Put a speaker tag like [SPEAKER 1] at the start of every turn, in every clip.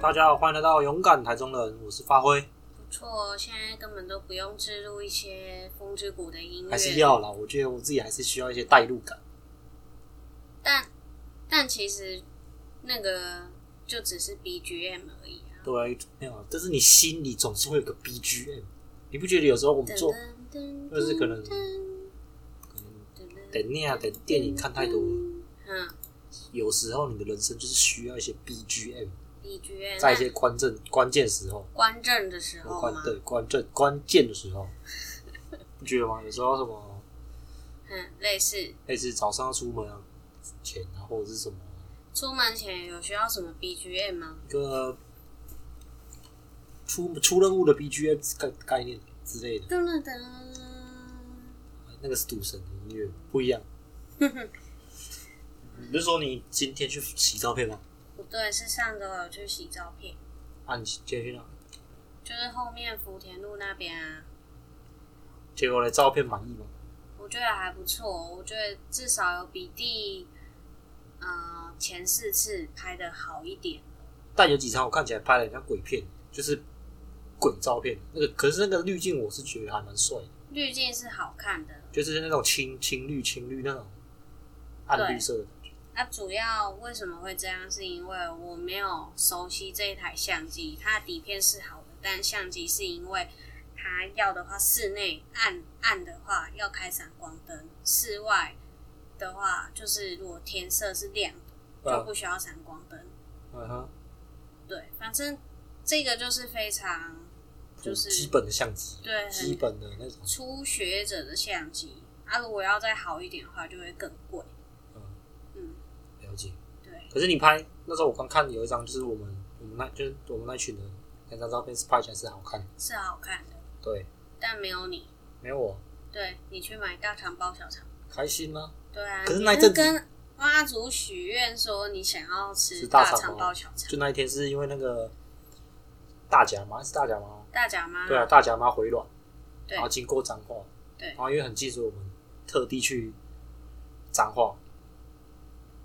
[SPEAKER 1] 大家好，欢迎来到勇敢台中人，我是发辉，
[SPEAKER 2] 不错，现在根本都不用置入一些风之谷的音乐，
[SPEAKER 1] 还是要啦，我觉得我自己还是需要一些代入感。
[SPEAKER 2] 但但其实那个就只是 BGM 而已啊。
[SPEAKER 1] 对，没有，但是你心里总是会有个 BGM，你不觉得有时候我们做
[SPEAKER 2] 噔
[SPEAKER 1] 就是可能
[SPEAKER 2] 噔
[SPEAKER 1] 等那样等电影看太多了，
[SPEAKER 2] 嗯
[SPEAKER 1] 有时候你的人生就是需要一些 BGM，
[SPEAKER 2] ，BGM
[SPEAKER 1] 在一些关键关键时候，
[SPEAKER 2] 关正的时候
[SPEAKER 1] 关
[SPEAKER 2] 吗？
[SPEAKER 1] 对关键关键的时候，不觉得吗？有时候什么
[SPEAKER 2] 嗯，类似
[SPEAKER 1] 类似早上要出门啊前啊，或者是什么
[SPEAKER 2] 出门前有需要什么 BGM 吗？
[SPEAKER 1] 一个出出任务的 BGM 概概念之类的。
[SPEAKER 2] 噔噔噔，
[SPEAKER 1] 那个是赌神的音乐，不一样。 你不是说你今天去洗照片吗？
[SPEAKER 2] 不对，是上周有去洗照片，
[SPEAKER 1] 啊，你今天去哪？
[SPEAKER 2] 就是后面福田路那边啊。
[SPEAKER 1] 结果嘞，照片满意吗？
[SPEAKER 2] 我觉得还不错，我觉得至少有比第呃前四次拍的好一点。
[SPEAKER 1] 但有几张我看起来拍的像鬼片，就是鬼照片。那个可是那个滤镜，我是觉得还蛮帅的，
[SPEAKER 2] 滤镜是好看的，
[SPEAKER 1] 就是那种青青绿、青绿那种暗绿色的。
[SPEAKER 2] 那、啊主要为什么会这样？是因为我没有熟悉这一台相机，它的底片是好的，但相机是因为它要的话，室内暗暗的话要开闪光灯，室外的话就是如果天色是亮的，就
[SPEAKER 1] 嗯
[SPEAKER 2] 不需要闪光灯。
[SPEAKER 1] 嗯哼，
[SPEAKER 2] 对，反正这个就是非常就是
[SPEAKER 1] 基本的相机，
[SPEAKER 2] 对很
[SPEAKER 1] 基本的那种。
[SPEAKER 2] 初学者的相机，啊，如果要再好一点的话，就会更贵。
[SPEAKER 1] 嗯，
[SPEAKER 2] 嗯，
[SPEAKER 1] 了解。
[SPEAKER 2] 对，
[SPEAKER 1] 可是你拍那时候，我刚看有一张，就是我们我们那就是我们那群人那张照片是拍起来是好看的。
[SPEAKER 2] 是好看的，
[SPEAKER 1] 对，
[SPEAKER 2] 但没有你。
[SPEAKER 1] 没有我。
[SPEAKER 2] 对你去买大肠包小肠，
[SPEAKER 1] 开心吗、
[SPEAKER 2] 对啊。
[SPEAKER 1] 可是
[SPEAKER 2] 你
[SPEAKER 1] 那一阵子
[SPEAKER 2] 跟妈祖许愿说你想要吃
[SPEAKER 1] 吃大肠
[SPEAKER 2] 肠
[SPEAKER 1] 吗
[SPEAKER 2] 包小肠，
[SPEAKER 1] 就那一天是因为那个大甲妈是大甲妈吗，
[SPEAKER 2] 大甲妈
[SPEAKER 1] 对啊，大甲妈回暖，
[SPEAKER 2] 嗯对
[SPEAKER 1] 然后经过彰化，
[SPEAKER 2] 对
[SPEAKER 1] 然后因为很近，所以我们特地去彰化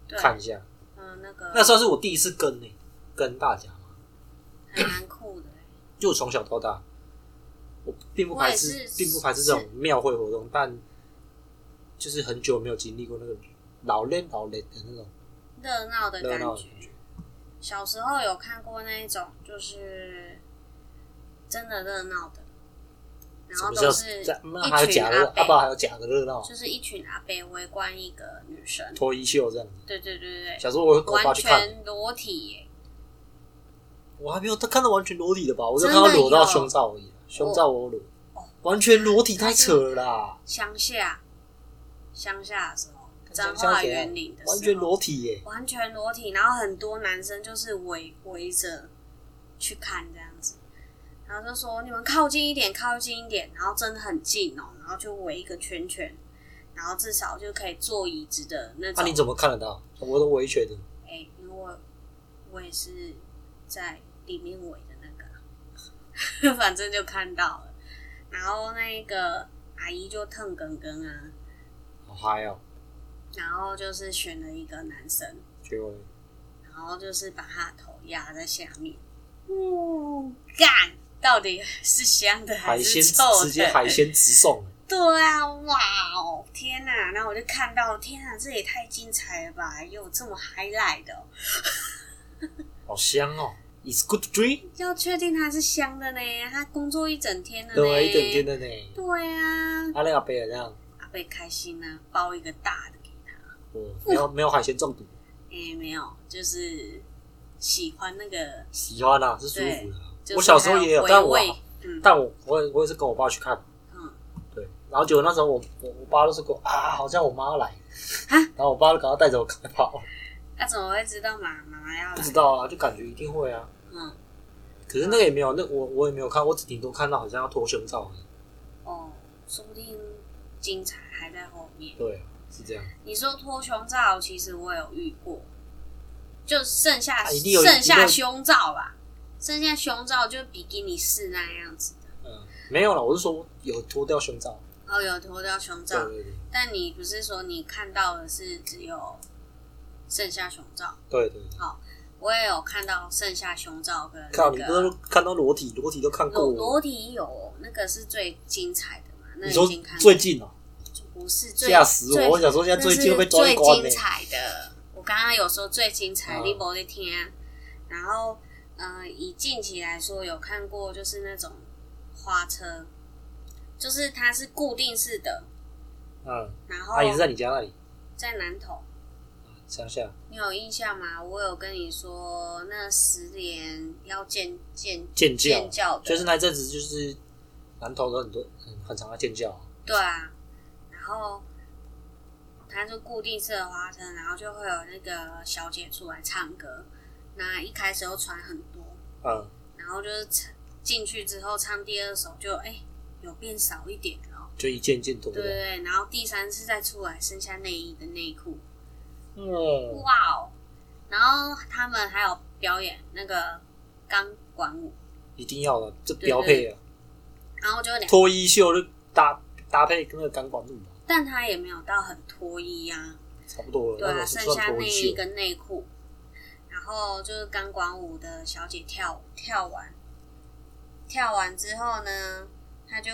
[SPEAKER 2] 对
[SPEAKER 1] 看一下。
[SPEAKER 2] 嗯，那个
[SPEAKER 1] 那算是我第一次跟呢、跟大甲妈，
[SPEAKER 2] 还蛮酷的欸。
[SPEAKER 1] 就我从小到大，我并不排
[SPEAKER 2] 我
[SPEAKER 1] 斥
[SPEAKER 2] 也，是
[SPEAKER 1] 并不排斥这种庙会活动，但就是很久没有经历过那个老练老练的那种
[SPEAKER 2] 热闹的
[SPEAKER 1] 热
[SPEAKER 2] 感
[SPEAKER 1] 闹的
[SPEAKER 2] 觉
[SPEAKER 1] 感。觉。
[SPEAKER 2] 小时候有看过那一种，就是真的热闹的，然
[SPEAKER 1] 什
[SPEAKER 2] 后
[SPEAKER 1] 么
[SPEAKER 2] 都
[SPEAKER 1] 叫
[SPEAKER 2] 是
[SPEAKER 1] 在那还有
[SPEAKER 2] 一群
[SPEAKER 1] 假的
[SPEAKER 2] 阿
[SPEAKER 1] 热，
[SPEAKER 2] 伯
[SPEAKER 1] 啊不，还有假的热闹，
[SPEAKER 2] 就是一群阿伯围观一个女生，
[SPEAKER 1] 脱衣秀这样子。
[SPEAKER 2] 对对对对对，
[SPEAKER 1] 小时候我会跟我爸
[SPEAKER 2] 完
[SPEAKER 1] 去看，
[SPEAKER 2] 全裸体耶，
[SPEAKER 1] 我还没有看到完全裸体的吧，我就
[SPEAKER 2] 真
[SPEAKER 1] 看
[SPEAKER 2] 的
[SPEAKER 1] 到裸到
[SPEAKER 2] 有
[SPEAKER 1] 胸罩而已，胸罩我有裸
[SPEAKER 2] 哦，
[SPEAKER 1] 完全裸体太扯了啦，
[SPEAKER 2] 乡下，乡下的时候，彰
[SPEAKER 1] 想象
[SPEAKER 2] 化
[SPEAKER 1] 起来
[SPEAKER 2] 园林的时
[SPEAKER 1] 啊
[SPEAKER 2] 候，
[SPEAKER 1] 完全裸体耶，
[SPEAKER 2] 完全裸体，然后很多男生就是围围着去看这样子，然后就说你们靠近一点，靠近一点，然后真的很近哦，然后就围一个圈圈，然后至少就可以坐椅子的那
[SPEAKER 1] 那
[SPEAKER 2] 种。
[SPEAKER 1] 啊你怎么看得到？我都围裙的，
[SPEAKER 2] 哎、因为我我也是在里面围的那个， 反正就看到了。然后那个阿姨就腾耿耿啊，
[SPEAKER 1] 好嗨哦，
[SPEAKER 2] 然后就是选了一个男生，
[SPEAKER 1] 结果呢
[SPEAKER 2] 然后就是把他的头压在下面。嗯，干，到底是香的还
[SPEAKER 1] 海
[SPEAKER 2] 是
[SPEAKER 1] 鲜
[SPEAKER 2] 臭的？
[SPEAKER 1] 直接海鲜直送，
[SPEAKER 2] 对啊，哇哦，天哪、然后我就看到，天哪、这也太精彩了吧！有这么 highlight 的哦、
[SPEAKER 1] 好香哦，It's good dream，
[SPEAKER 2] 要确定它是香的呢，他工作一整天的呢，
[SPEAKER 1] 对，啊一整天。的呢，
[SPEAKER 2] 对啊，
[SPEAKER 1] 阿那个贝尔这样，
[SPEAKER 2] 阿贝开心啊，包一个大的给他。
[SPEAKER 1] 我嗯没 有没有海鲜中毒，
[SPEAKER 2] 哎、没有，就是喜欢那个，
[SPEAKER 1] 喜欢啊，是舒服的啊
[SPEAKER 2] 就是、，
[SPEAKER 1] 我小时候也有，但我
[SPEAKER 2] 嗯
[SPEAKER 1] 但我我也我也是跟我爸去看。
[SPEAKER 2] 嗯，
[SPEAKER 1] 对，然后结果那时候我我我爸都是跟我啊，好像我妈要来，
[SPEAKER 2] 啊
[SPEAKER 1] 然后我爸就赶快带着我赶快跑，
[SPEAKER 2] 那、啊怎么会知道妈妈要
[SPEAKER 1] 不
[SPEAKER 2] 来
[SPEAKER 1] 知？道啊，就感觉一定会啊。
[SPEAKER 2] 嗯，
[SPEAKER 1] 可是那个也没有，那我我也没有看，我只顶多看到好像要脱胸罩而已。
[SPEAKER 2] 哦，说不定精彩还在后面。
[SPEAKER 1] 对啊，是这样。
[SPEAKER 2] 你说脱胸罩，其实我有遇过，就剩下、
[SPEAKER 1] 啊一定有
[SPEAKER 2] 剩
[SPEAKER 1] 一定
[SPEAKER 2] 下
[SPEAKER 1] 有
[SPEAKER 2] 胸罩吧，剩下胸罩就比基尼式那样子的。
[SPEAKER 1] 嗯，没有了，我是说有脱掉胸罩。
[SPEAKER 2] 哦，有脱掉胸
[SPEAKER 1] 对
[SPEAKER 2] 罩，
[SPEAKER 1] 对对
[SPEAKER 2] 但你不是说你看到的是只有剩下胸罩？
[SPEAKER 1] 对对对，
[SPEAKER 2] 好，我也有看到剩下胸罩跟那
[SPEAKER 1] 靠，你不
[SPEAKER 2] 个
[SPEAKER 1] 是看到裸体，裸体都看过
[SPEAKER 2] 裸
[SPEAKER 1] 我。
[SPEAKER 2] 裸体有哦那个是最精彩的嘛？那
[SPEAKER 1] 你
[SPEAKER 2] 已
[SPEAKER 1] 说
[SPEAKER 2] 经看过
[SPEAKER 1] 最近啊，
[SPEAKER 2] 不是最
[SPEAKER 1] 吓死
[SPEAKER 2] 最
[SPEAKER 1] 我！我想说现在
[SPEAKER 2] 那
[SPEAKER 1] 最
[SPEAKER 2] 是
[SPEAKER 1] 近会被抓关呢
[SPEAKER 2] 最精。彩的，我刚刚有说最精彩，
[SPEAKER 1] 嗯
[SPEAKER 2] 你没在听啊。然后，呃，以近期来说，有看过就是那种花车，就是它是固定式的，
[SPEAKER 1] 嗯，
[SPEAKER 2] 然后
[SPEAKER 1] 阿姨是在你家那里，嗯
[SPEAKER 2] 在南投，
[SPEAKER 1] 乡下
[SPEAKER 2] 你有印象吗？我有跟你说，那十年要建建
[SPEAKER 1] 建教
[SPEAKER 2] 建，教的，
[SPEAKER 1] 就是那一阵子就是南投的很多很很常在建教，
[SPEAKER 2] 对啊，然后它就固定式的花车，然后就会有那个小姐出来唱歌。那一开始又传很多，
[SPEAKER 1] 嗯，
[SPEAKER 2] 然后就是唱进去之后唱第二首就哎、有变少一点了，
[SPEAKER 1] 就一件一件脱
[SPEAKER 2] 对对
[SPEAKER 1] 的。
[SPEAKER 2] 对，然后第三次再出来剩下内衣跟内裤，
[SPEAKER 1] 嗯，
[SPEAKER 2] 哇哦！然后他们还有表演那个钢管舞，
[SPEAKER 1] 一定要的，这标配啊，
[SPEAKER 2] 然后就两，
[SPEAKER 1] 脱衣袖就搭搭配跟那个钢管舞嘛，
[SPEAKER 2] 但他也没有到很脱衣啊，
[SPEAKER 1] 差不多了。
[SPEAKER 2] 对
[SPEAKER 1] 那
[SPEAKER 2] 啊，
[SPEAKER 1] 种是
[SPEAKER 2] 剩
[SPEAKER 1] 不
[SPEAKER 2] 下
[SPEAKER 1] 算脱
[SPEAKER 2] 内
[SPEAKER 1] 衣
[SPEAKER 2] 衣
[SPEAKER 1] 袖。
[SPEAKER 2] 跟内裤，然后就是钢管舞的小姐跳舞跳完，跳完之后呢，她就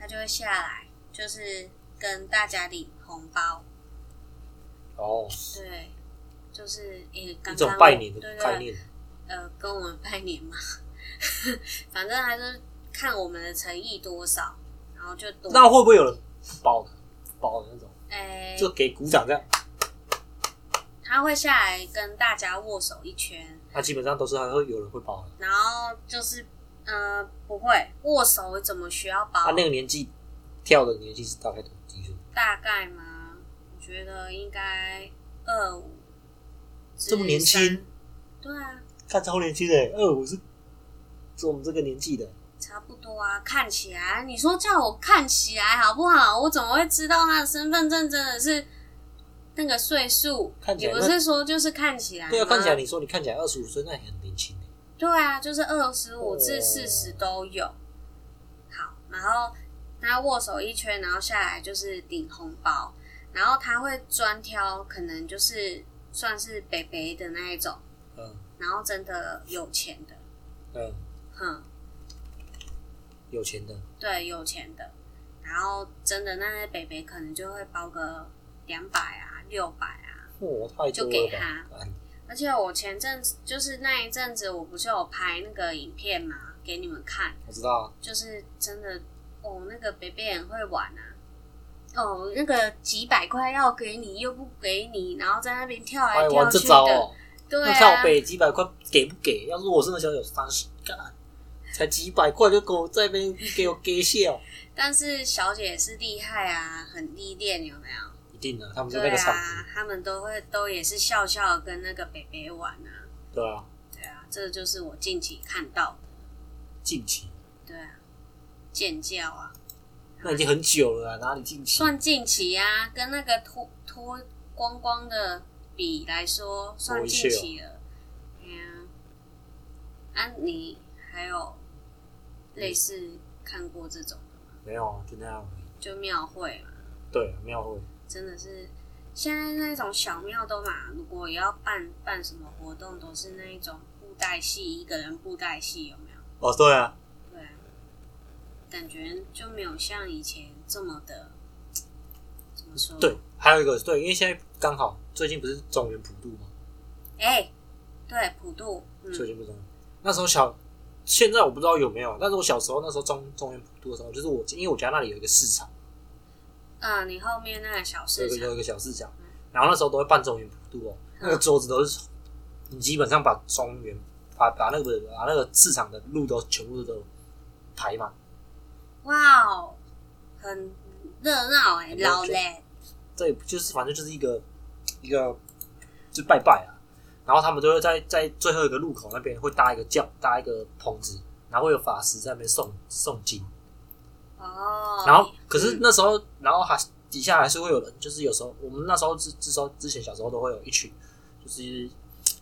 [SPEAKER 2] 她就会下来，就是跟大家领红包，
[SPEAKER 1] 哦，
[SPEAKER 2] 对，就是诶，刚
[SPEAKER 1] 一
[SPEAKER 2] 刚
[SPEAKER 1] 种拜年的
[SPEAKER 2] 对
[SPEAKER 1] 概
[SPEAKER 2] 对，
[SPEAKER 1] 念。
[SPEAKER 2] 呃，跟我们拜年嘛，反正还是看我们的诚意多少，然后就多
[SPEAKER 1] 那会不会有人包包的那种，
[SPEAKER 2] 诶，
[SPEAKER 1] 就给鼓掌这样？
[SPEAKER 2] 他会下来跟大家握手一圈，
[SPEAKER 1] 那基本上都是还会有人会包的。
[SPEAKER 2] 然后就是呃，不会握手怎么需要包？
[SPEAKER 1] 啊他那个年纪跳的年纪是大概多几岁？
[SPEAKER 2] 大概吗？我觉得应该二五，
[SPEAKER 1] 这么年轻？
[SPEAKER 2] 对啊，
[SPEAKER 1] 看超年轻的欸，二五是是我们这个年纪的。
[SPEAKER 2] 差不多啊，看起来，你说叫我看起来好不好？我怎么会知道他的身份证真的是那个岁数？
[SPEAKER 1] 看起
[SPEAKER 2] 你
[SPEAKER 1] 来
[SPEAKER 2] 不是说就是看起来吗？
[SPEAKER 1] 对啊，看起来你说你看起来二十五岁，那也很年轻欸。
[SPEAKER 2] 对啊，就是二十五至
[SPEAKER 1] 哦
[SPEAKER 2] 四十都有。好，然后他握手一圈，然后下来就是领红包，然后他会专挑可能就是算是北北的那一种，
[SPEAKER 1] 嗯
[SPEAKER 2] 然后真的有钱的，
[SPEAKER 1] 嗯，
[SPEAKER 2] 哼，
[SPEAKER 1] 有钱的，
[SPEAKER 2] 对，有钱的，然后真的那些北北可能就会包个两百啊、六百啊。
[SPEAKER 1] 哇，哦太多
[SPEAKER 2] 就
[SPEAKER 1] 了
[SPEAKER 2] 给
[SPEAKER 1] 吧？哎
[SPEAKER 2] 而且我前阵子就是那一阵子，我不是有拍那个影片嘛，给你们看，
[SPEAKER 1] 我知道啊，
[SPEAKER 2] 就是真的哦，那个北北很会玩啊。哦，那个几百块要给你又不给你，然后在那边跳来
[SPEAKER 1] 哎，
[SPEAKER 2] 跳
[SPEAKER 1] 玩这
[SPEAKER 2] 去
[SPEAKER 1] 招
[SPEAKER 2] 的，
[SPEAKER 1] 哦，
[SPEAKER 2] 对
[SPEAKER 1] 那
[SPEAKER 2] 啊
[SPEAKER 1] 靠，北几百块给不给？要是我是那小有三十，干才几百块就跟我在那边给我给笑，
[SPEAKER 2] 但是小姐也是厉害啊，很历练，有没有？
[SPEAKER 1] 一定的，他们在
[SPEAKER 2] 对
[SPEAKER 1] 那个场
[SPEAKER 2] 啊
[SPEAKER 1] 子，，
[SPEAKER 2] 他们都会都也是笑笑地跟那个北北玩啊，
[SPEAKER 1] 对啊，
[SPEAKER 2] 对啊，这就是我近期看到的，
[SPEAKER 1] 近期
[SPEAKER 2] 对啊，建教啊，
[SPEAKER 1] 那已经很久了啊，哪里近期？
[SPEAKER 2] 算近期啊，跟那个脱脱光光的比来说，算近期了。哎呀、啊，你还有类似看过这种的吗？
[SPEAKER 1] 没有啊，就那样而已。
[SPEAKER 2] 就庙会嘛，
[SPEAKER 1] 对，啊庙会
[SPEAKER 2] 真的是现在那种小庙都嘛，如果也要办办什么活动，都是那一种布袋戏，一个人布袋戏有没有？
[SPEAKER 1] 哦，对啊，
[SPEAKER 2] 对啊，感觉就没有像以前这么的，怎么说？
[SPEAKER 1] 对，还有一个对，因为现在刚好最近不是中原普渡吗？
[SPEAKER 2] 哎、对，普渡，
[SPEAKER 1] 最
[SPEAKER 2] 嗯，
[SPEAKER 1] 近不是中原，那时候小，现在我不知道有没有，但是我小时候那时候中中原普渡的时候，就是我因为我家那里有一个市场，
[SPEAKER 2] 啊，你后面那个小
[SPEAKER 1] 有
[SPEAKER 2] 市
[SPEAKER 1] 一个
[SPEAKER 2] 场，
[SPEAKER 1] 有一个小市场
[SPEAKER 2] 嗯，
[SPEAKER 1] 然后那时候都会办中原普渡哦，那个桌子都是，你基本上把中原把把那个把那个市场的路都全部都排满，
[SPEAKER 2] 哇哦，很热闹哎，
[SPEAKER 1] 很热
[SPEAKER 2] 老
[SPEAKER 1] 闹
[SPEAKER 2] 嘞，
[SPEAKER 1] 这也就是反正就是一个一个就拜拜啊，然后他们都会在在最后一个路口那边会搭一个轿，搭一个棚子，然后会有法师在那边诵诵经，
[SPEAKER 2] 哦，
[SPEAKER 1] 然后可是
[SPEAKER 2] 嗯
[SPEAKER 1] 那时候，然后还底下还是会有人，就是有时候我们那时候之之时候之前小时候都会有一群，就是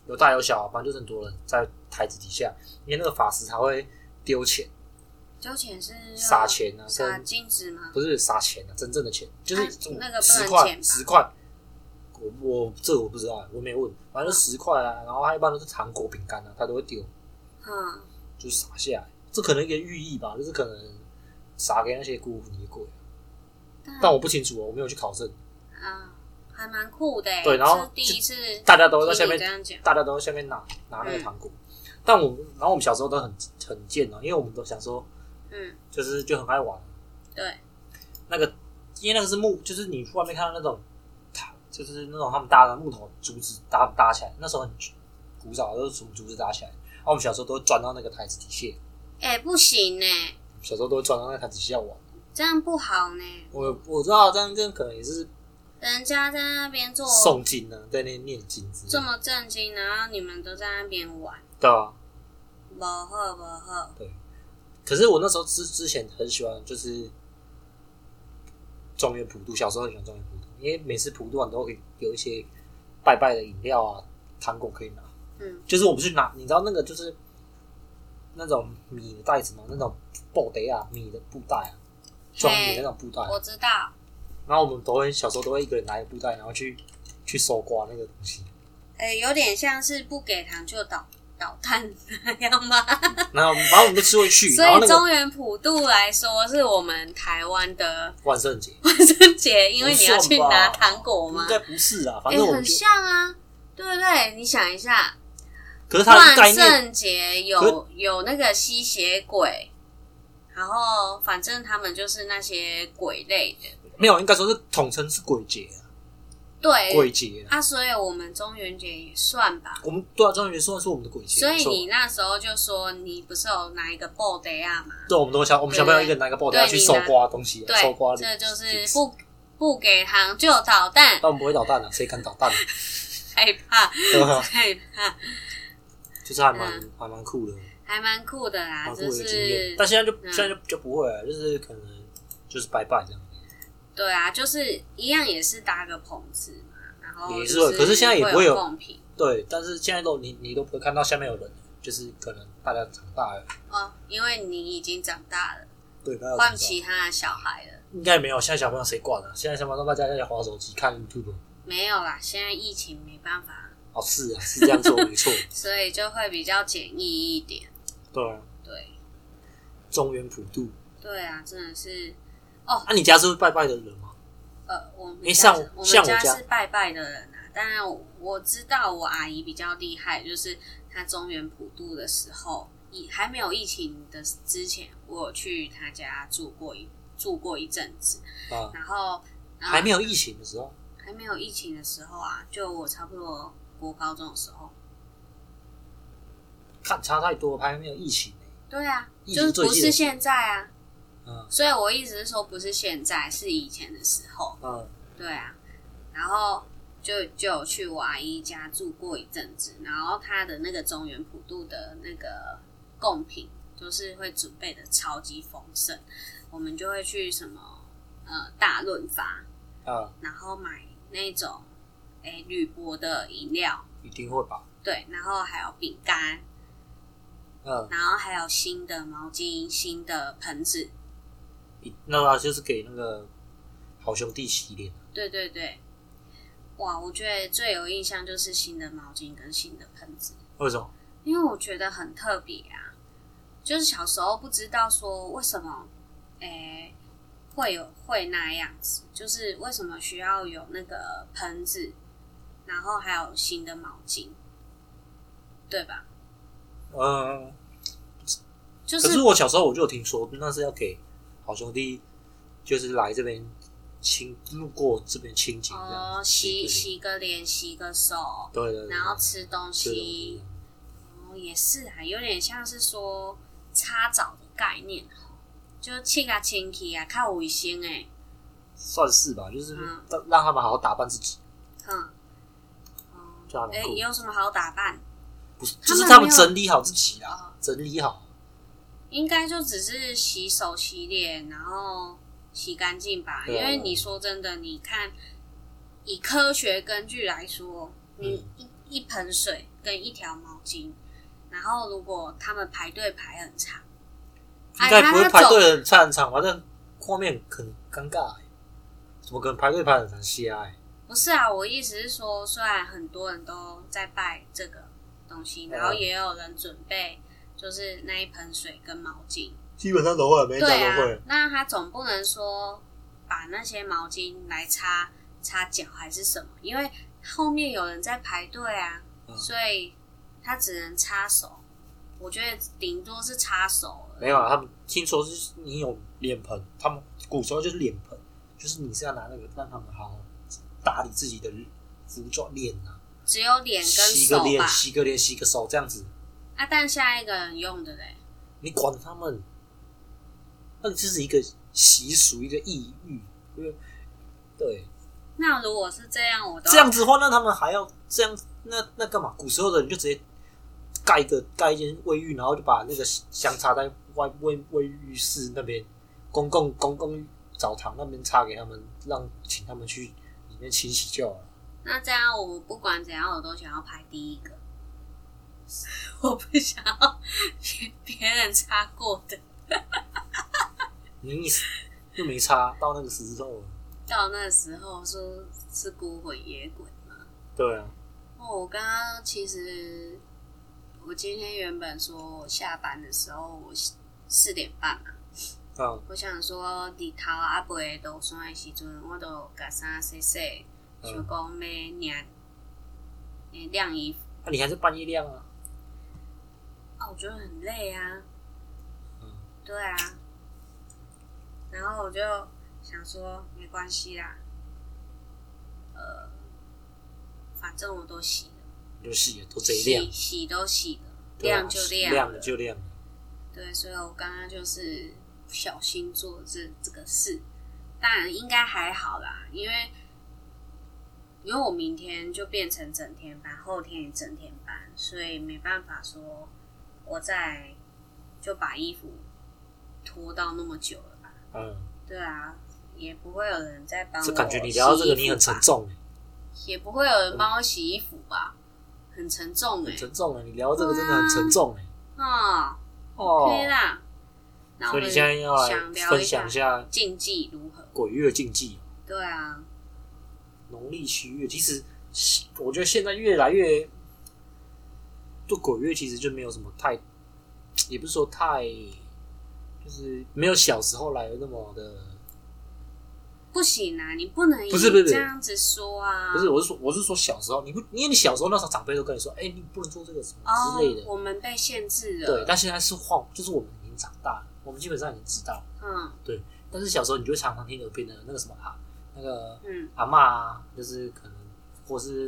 [SPEAKER 1] 有大有小、啊，反正就是很多人在台子底下，因为那个法师他会丢钱
[SPEAKER 2] 交钱是要
[SPEAKER 1] 撒钱啊，
[SPEAKER 2] 撒
[SPEAKER 1] 跟
[SPEAKER 2] 金子吗？
[SPEAKER 1] 不是撒钱啊，真正的钱就是
[SPEAKER 2] 啊那个不能
[SPEAKER 1] 十
[SPEAKER 2] 钱
[SPEAKER 1] 块
[SPEAKER 2] 吧
[SPEAKER 1] 十块，我我这个我不知道，我没问，反正就十块啊，然后他一般都是糖果饼干啊，他都会丢，
[SPEAKER 2] 嗯，
[SPEAKER 1] 就是撒下来，这可能一个寓意吧，就是可能撒给那些孤魂野鬼，
[SPEAKER 2] 嗯
[SPEAKER 1] 但我不清楚哦，我没有去考证，
[SPEAKER 2] 啊，还蛮酷的欸。
[SPEAKER 1] 对然后
[SPEAKER 2] 这是第一次
[SPEAKER 1] 大家都在下面
[SPEAKER 2] 听你嗯这样讲，
[SPEAKER 1] 大家都在下面拿拿那个糖果，但我们然后我们小时候都很很贱哦，因为我们都想说
[SPEAKER 2] 嗯，
[SPEAKER 1] 就是就很爱玩，啊
[SPEAKER 2] 对，
[SPEAKER 1] 那个，因为那个是木，就是你去外面看到那种塔，就是那种他们搭的木头竹子搭搭起来，那时候很古早都是从竹子搭起来。然后我们小时候都会钻到那个台子底下，
[SPEAKER 2] 哎，不行呢，
[SPEAKER 1] 小时候都会钻到那个台子底下玩。
[SPEAKER 2] 这样不好呢。
[SPEAKER 1] 我我知道，这样这样可能也是
[SPEAKER 2] 人家在那边做
[SPEAKER 1] 诵经呢、在那念经之
[SPEAKER 2] 这
[SPEAKER 1] 类的，
[SPEAKER 2] 么震惊，然后你们都在那边玩，
[SPEAKER 1] 对啊。
[SPEAKER 2] 不好不好，
[SPEAKER 1] 可是我那时候之之前很喜欢，就是中原普渡，小时候很喜欢中原普渡，因为每次普渡完都会有一些拜拜的饮料啊、糖果可以拿。
[SPEAKER 2] 嗯
[SPEAKER 1] 就是我不去拿，你知道那个就是那种米的袋子吗？那种布袋啊，米的布袋啊，装米的那种布袋啊。
[SPEAKER 2] 我知道，
[SPEAKER 1] 然后我们都会小时候都会一个人拿一个布袋，然后去去搜刮那个东西。
[SPEAKER 2] 哎、有点像是不给糖就捣捣蛋那 样吗？
[SPEAKER 1] 然后我们把我们都吃回去，
[SPEAKER 2] 所
[SPEAKER 1] 然后那
[SPEAKER 2] 以
[SPEAKER 1] 个
[SPEAKER 2] 中原普渡来说，是我们台湾的
[SPEAKER 1] 万圣节
[SPEAKER 2] 万圣节，因为你要去拿糖果吗
[SPEAKER 1] 应？该不是啊，反
[SPEAKER 2] 哎、
[SPEAKER 1] 正我们
[SPEAKER 2] 很
[SPEAKER 1] 就、
[SPEAKER 2] 像啊，对不对？你想一下，
[SPEAKER 1] 可是它的概念
[SPEAKER 2] 万圣节有有那个吸血鬼，然后反正他们就是那些鬼类的，
[SPEAKER 1] 没有，应该说是统称是鬼节啊、鬼
[SPEAKER 2] 对
[SPEAKER 1] 节啊、
[SPEAKER 2] 啊，所以我们中元节也算吧。
[SPEAKER 1] 我们对啊，中元节算是我们的鬼节，啊
[SPEAKER 2] 所以
[SPEAKER 1] 没错
[SPEAKER 2] 你那时候就说，你不是有拿一个布袋啊吗？
[SPEAKER 1] 对，我们都小我们小朋友一个人拿一个布袋要去
[SPEAKER 2] 对你
[SPEAKER 1] 搜
[SPEAKER 2] 拿
[SPEAKER 1] 刮东西啊、
[SPEAKER 2] 对
[SPEAKER 1] 搜刮，
[SPEAKER 2] 这就是
[SPEAKER 1] 零食
[SPEAKER 2] 不不给糖就捣蛋，
[SPEAKER 1] 但我们不会捣蛋啊，谁敢捣蛋、啊？啊
[SPEAKER 2] 害 怕
[SPEAKER 1] 对 吧
[SPEAKER 2] 害怕，
[SPEAKER 1] 就是还蛮、
[SPEAKER 2] 嗯
[SPEAKER 1] 还蛮酷的，
[SPEAKER 2] 还蛮酷的啦，
[SPEAKER 1] 蛮酷
[SPEAKER 2] 就
[SPEAKER 1] 的经验
[SPEAKER 2] 是。
[SPEAKER 1] 但现在就、
[SPEAKER 2] 嗯
[SPEAKER 1] 现在就就不会了，就是可能就是拜拜这样，
[SPEAKER 2] 对啊，就是一样也是搭个棚子嘛，然后
[SPEAKER 1] 也是
[SPEAKER 2] 就
[SPEAKER 1] 会可是现在也不会有
[SPEAKER 2] 有贡品
[SPEAKER 1] 对。但是现在都你你都不会看到下面有人，就是可能大家长大了，
[SPEAKER 2] 哦，因为你已经长大了，
[SPEAKER 1] 对，啊大家长
[SPEAKER 2] 换
[SPEAKER 1] 大了
[SPEAKER 2] 其他的小孩了。
[SPEAKER 1] 应该没有。现在小朋友谁管啊？现在小朋友大家在划手机看 YouTube，
[SPEAKER 2] 没有啦，现在疫情没办法，
[SPEAKER 1] 哦是啊，是这样做没错，
[SPEAKER 2] 所以就会比较简易一点。
[SPEAKER 1] 对啊，
[SPEAKER 2] 对，
[SPEAKER 1] 中原普渡。
[SPEAKER 2] 对啊，真的是，
[SPEAKER 1] 啊，你家是会拜拜的人吗？
[SPEAKER 2] 呃，我们
[SPEAKER 1] 诶
[SPEAKER 2] 家
[SPEAKER 1] 像
[SPEAKER 2] 是我
[SPEAKER 1] 像
[SPEAKER 2] 们
[SPEAKER 1] 我
[SPEAKER 2] 家
[SPEAKER 1] 家
[SPEAKER 2] 是拜拜的人啊，当然我我知道我阿姨比较厉害，就是她中原普渡的时候，疫还没有疫情的之前，我有去她家住过一住过一阵子，
[SPEAKER 1] 啊，
[SPEAKER 2] 然后、呃
[SPEAKER 1] 还没有疫情的时候，
[SPEAKER 2] 还没有疫情的时候啊，就我差不多国高中的时候，
[SPEAKER 1] 看差太多，还没有疫情、欸。
[SPEAKER 2] 对啊，
[SPEAKER 1] 疫
[SPEAKER 2] 就
[SPEAKER 1] 情
[SPEAKER 2] 是
[SPEAKER 1] 最
[SPEAKER 2] 不
[SPEAKER 1] 近
[SPEAKER 2] 是现在啊，
[SPEAKER 1] 嗯
[SPEAKER 2] 所以我一直是说不是现在，是以前的时候，
[SPEAKER 1] 嗯，
[SPEAKER 2] 对啊，然后就就有去我阿姨家住过一阵子，然后她的那个中原普渡的那个贡品，就是会准备的超级丰盛，我们就会去什么呃大润发，
[SPEAKER 1] 啊，
[SPEAKER 2] 然后买那种诶铝箔的饮料，
[SPEAKER 1] 一定会吧。
[SPEAKER 2] 对，然后还有饼干，
[SPEAKER 1] 嗯，
[SPEAKER 2] 然后还有新的毛巾、新的盆子，
[SPEAKER 1] 一那就是给那个好兄弟洗脸。
[SPEAKER 2] 对对对。哇，我觉得最有印象就是新的毛巾跟新的盆子，
[SPEAKER 1] 为什么？
[SPEAKER 2] 因为我觉得很特别啊，就是小时候不知道说为什么，诶、会有会那样子，就是为什么需要有那个盆子，然后还有新的毛巾，对吧？
[SPEAKER 1] 嗯，
[SPEAKER 2] 就
[SPEAKER 1] 可
[SPEAKER 2] 是
[SPEAKER 1] 是我小时候我就有听说，那是要给好兄弟，就是来这边清路过这边清洁这样
[SPEAKER 2] 哦，
[SPEAKER 1] 子
[SPEAKER 2] 洗。洗个脸，洗个手，
[SPEAKER 1] 对对对，
[SPEAKER 2] 然后吃东
[SPEAKER 1] 这种
[SPEAKER 2] 西，哦，也是啊，有点像是说擦澡的概念哦，就清啊清气啊，靠卫生诶、
[SPEAKER 1] 算是吧，就是
[SPEAKER 2] 嗯
[SPEAKER 1] 让让他们好好打扮自己，
[SPEAKER 2] 嗯，
[SPEAKER 1] 就还
[SPEAKER 2] 哦，
[SPEAKER 1] 蛮
[SPEAKER 2] 哎、
[SPEAKER 1] 酷的
[SPEAKER 2] 有什么好打扮？
[SPEAKER 1] 不是就
[SPEAKER 2] 他们
[SPEAKER 1] 是他们
[SPEAKER 2] 没有
[SPEAKER 1] 整理好自己啊
[SPEAKER 2] 哦，
[SPEAKER 1] 整理好。
[SPEAKER 2] 应该就只是洗手、洗脸，然后洗干净吧。因
[SPEAKER 1] 对啊
[SPEAKER 2] 为你说真的，你看，以科学根据来说，你
[SPEAKER 1] 嗯
[SPEAKER 2] 一、一盆水跟一条毛巾，然后如果他们排队排很长，哎
[SPEAKER 1] 应该不会排队
[SPEAKER 2] 走
[SPEAKER 1] 的很散场吧？但画面很尴尬欸、怎么可能排队排得很长瞎、欸？
[SPEAKER 2] 不不是啊，我意思是说，虽然很多人都在拜这个东西，然后
[SPEAKER 1] 嗯
[SPEAKER 2] 也有人准备就是那一盆水跟毛巾，
[SPEAKER 1] 基本上都会，每一家
[SPEAKER 2] 对
[SPEAKER 1] 都
[SPEAKER 2] 啊
[SPEAKER 1] 会。，
[SPEAKER 2] 那他总不能说把那些毛巾来擦擦脚还是什么，因为后面有人在排队啊，
[SPEAKER 1] 嗯
[SPEAKER 2] 所以他只能擦手。我觉得顶多是擦手而已
[SPEAKER 1] 没有啊，他们听说是你有脸盆，他们古时候就是脸盆，就是你是要拿那个让他们好好打理自己的服装脸啊，
[SPEAKER 2] 只有脸跟
[SPEAKER 1] 洗个
[SPEAKER 2] 手
[SPEAKER 1] 脸，
[SPEAKER 2] 吧。
[SPEAKER 1] 洗个脸，洗个手这样子，
[SPEAKER 2] 啊，但下一个人用的嘞，
[SPEAKER 1] 你管他们，那这是一个习俗，一个意欲，因为对
[SPEAKER 2] 那如果是这样，我都
[SPEAKER 1] 这样子的话，那他们还要这样，那那干嘛？古时候的人就直接盖一个盖一间卫浴，然后就把那个香插在外卫卫浴室那边公共公共澡堂那边插给他们，让请他们去里面清洗就好了。
[SPEAKER 2] 那这样我不管怎样，我都想要排第一个。 我不想要 别别人擦过的
[SPEAKER 1] 你又没插到那个时候了，
[SPEAKER 2] 到那时候说是孤魂野鬼嘛。
[SPEAKER 1] 对啊，
[SPEAKER 2] 哦，我刚刚其实我今天原本说我下班的时候我四点半嘛，
[SPEAKER 1] 啊
[SPEAKER 2] 我想说日头啊不会落山的时阵，我都甲衫洗洗，
[SPEAKER 1] 嗯
[SPEAKER 2] 想讲要晾诶晾衣服。
[SPEAKER 1] 那、你还是半夜亮啊，
[SPEAKER 2] 啊，我觉得很累啊。
[SPEAKER 1] 嗯
[SPEAKER 2] 对啊，然后我就想说没关系啦，呃，反正我都洗了，
[SPEAKER 1] 你就洗了都贼亮
[SPEAKER 2] 洗，洗都洗了，
[SPEAKER 1] 对啊
[SPEAKER 2] 亮就亮了，
[SPEAKER 1] 亮了就亮了。
[SPEAKER 2] 对，所以我刚刚就是不小心做这这个事，当然应该还好啦，因为因为我明天就变成整天班，后天也整天班，所以没办法说我再就把衣服拖到那么久了吧？
[SPEAKER 1] 嗯，
[SPEAKER 2] 对啊，也不会有人再帮我
[SPEAKER 1] 这感觉你聊到这个
[SPEAKER 2] 洗衣服
[SPEAKER 1] 你很沉
[SPEAKER 2] 吧，
[SPEAKER 1] 重、欸
[SPEAKER 2] 也不会有人帮我洗衣服吧？很沉重
[SPEAKER 1] 嗯
[SPEAKER 2] 哎、
[SPEAKER 1] 很沉重哎、你聊到这个真的很沉重哎、
[SPEAKER 2] 啊、
[SPEAKER 1] 哦，
[SPEAKER 2] 可以啦。那我
[SPEAKER 1] 所以
[SPEAKER 2] 们
[SPEAKER 1] 你现在要来
[SPEAKER 2] 想聊
[SPEAKER 1] 分享一下
[SPEAKER 2] 禁忌如何？
[SPEAKER 1] 鬼月禁忌，
[SPEAKER 2] 对啊，
[SPEAKER 1] 农历七月。其实我觉得现在越来越做鬼月，其实就没有什么太，也不是说太，就是没有小时候来的那么的。
[SPEAKER 2] 不行啊，你不能以
[SPEAKER 1] 不是不是
[SPEAKER 2] 这样子说啊。
[SPEAKER 1] 不是，我是说我是说小时候，你不因为你小时候那时候长辈都跟你说，哎、你不能做这个什么
[SPEAKER 2] 哦
[SPEAKER 1] 之类的。
[SPEAKER 2] 我们被限制了。
[SPEAKER 1] 对，但现在是晃，就是我们已经长大了，我们基本上已经知道了。
[SPEAKER 2] 嗯
[SPEAKER 1] 但是小时候你就常常听耳边的那个什么啊，那个
[SPEAKER 2] 嗯，
[SPEAKER 1] 阿嬷啊，就是可能或是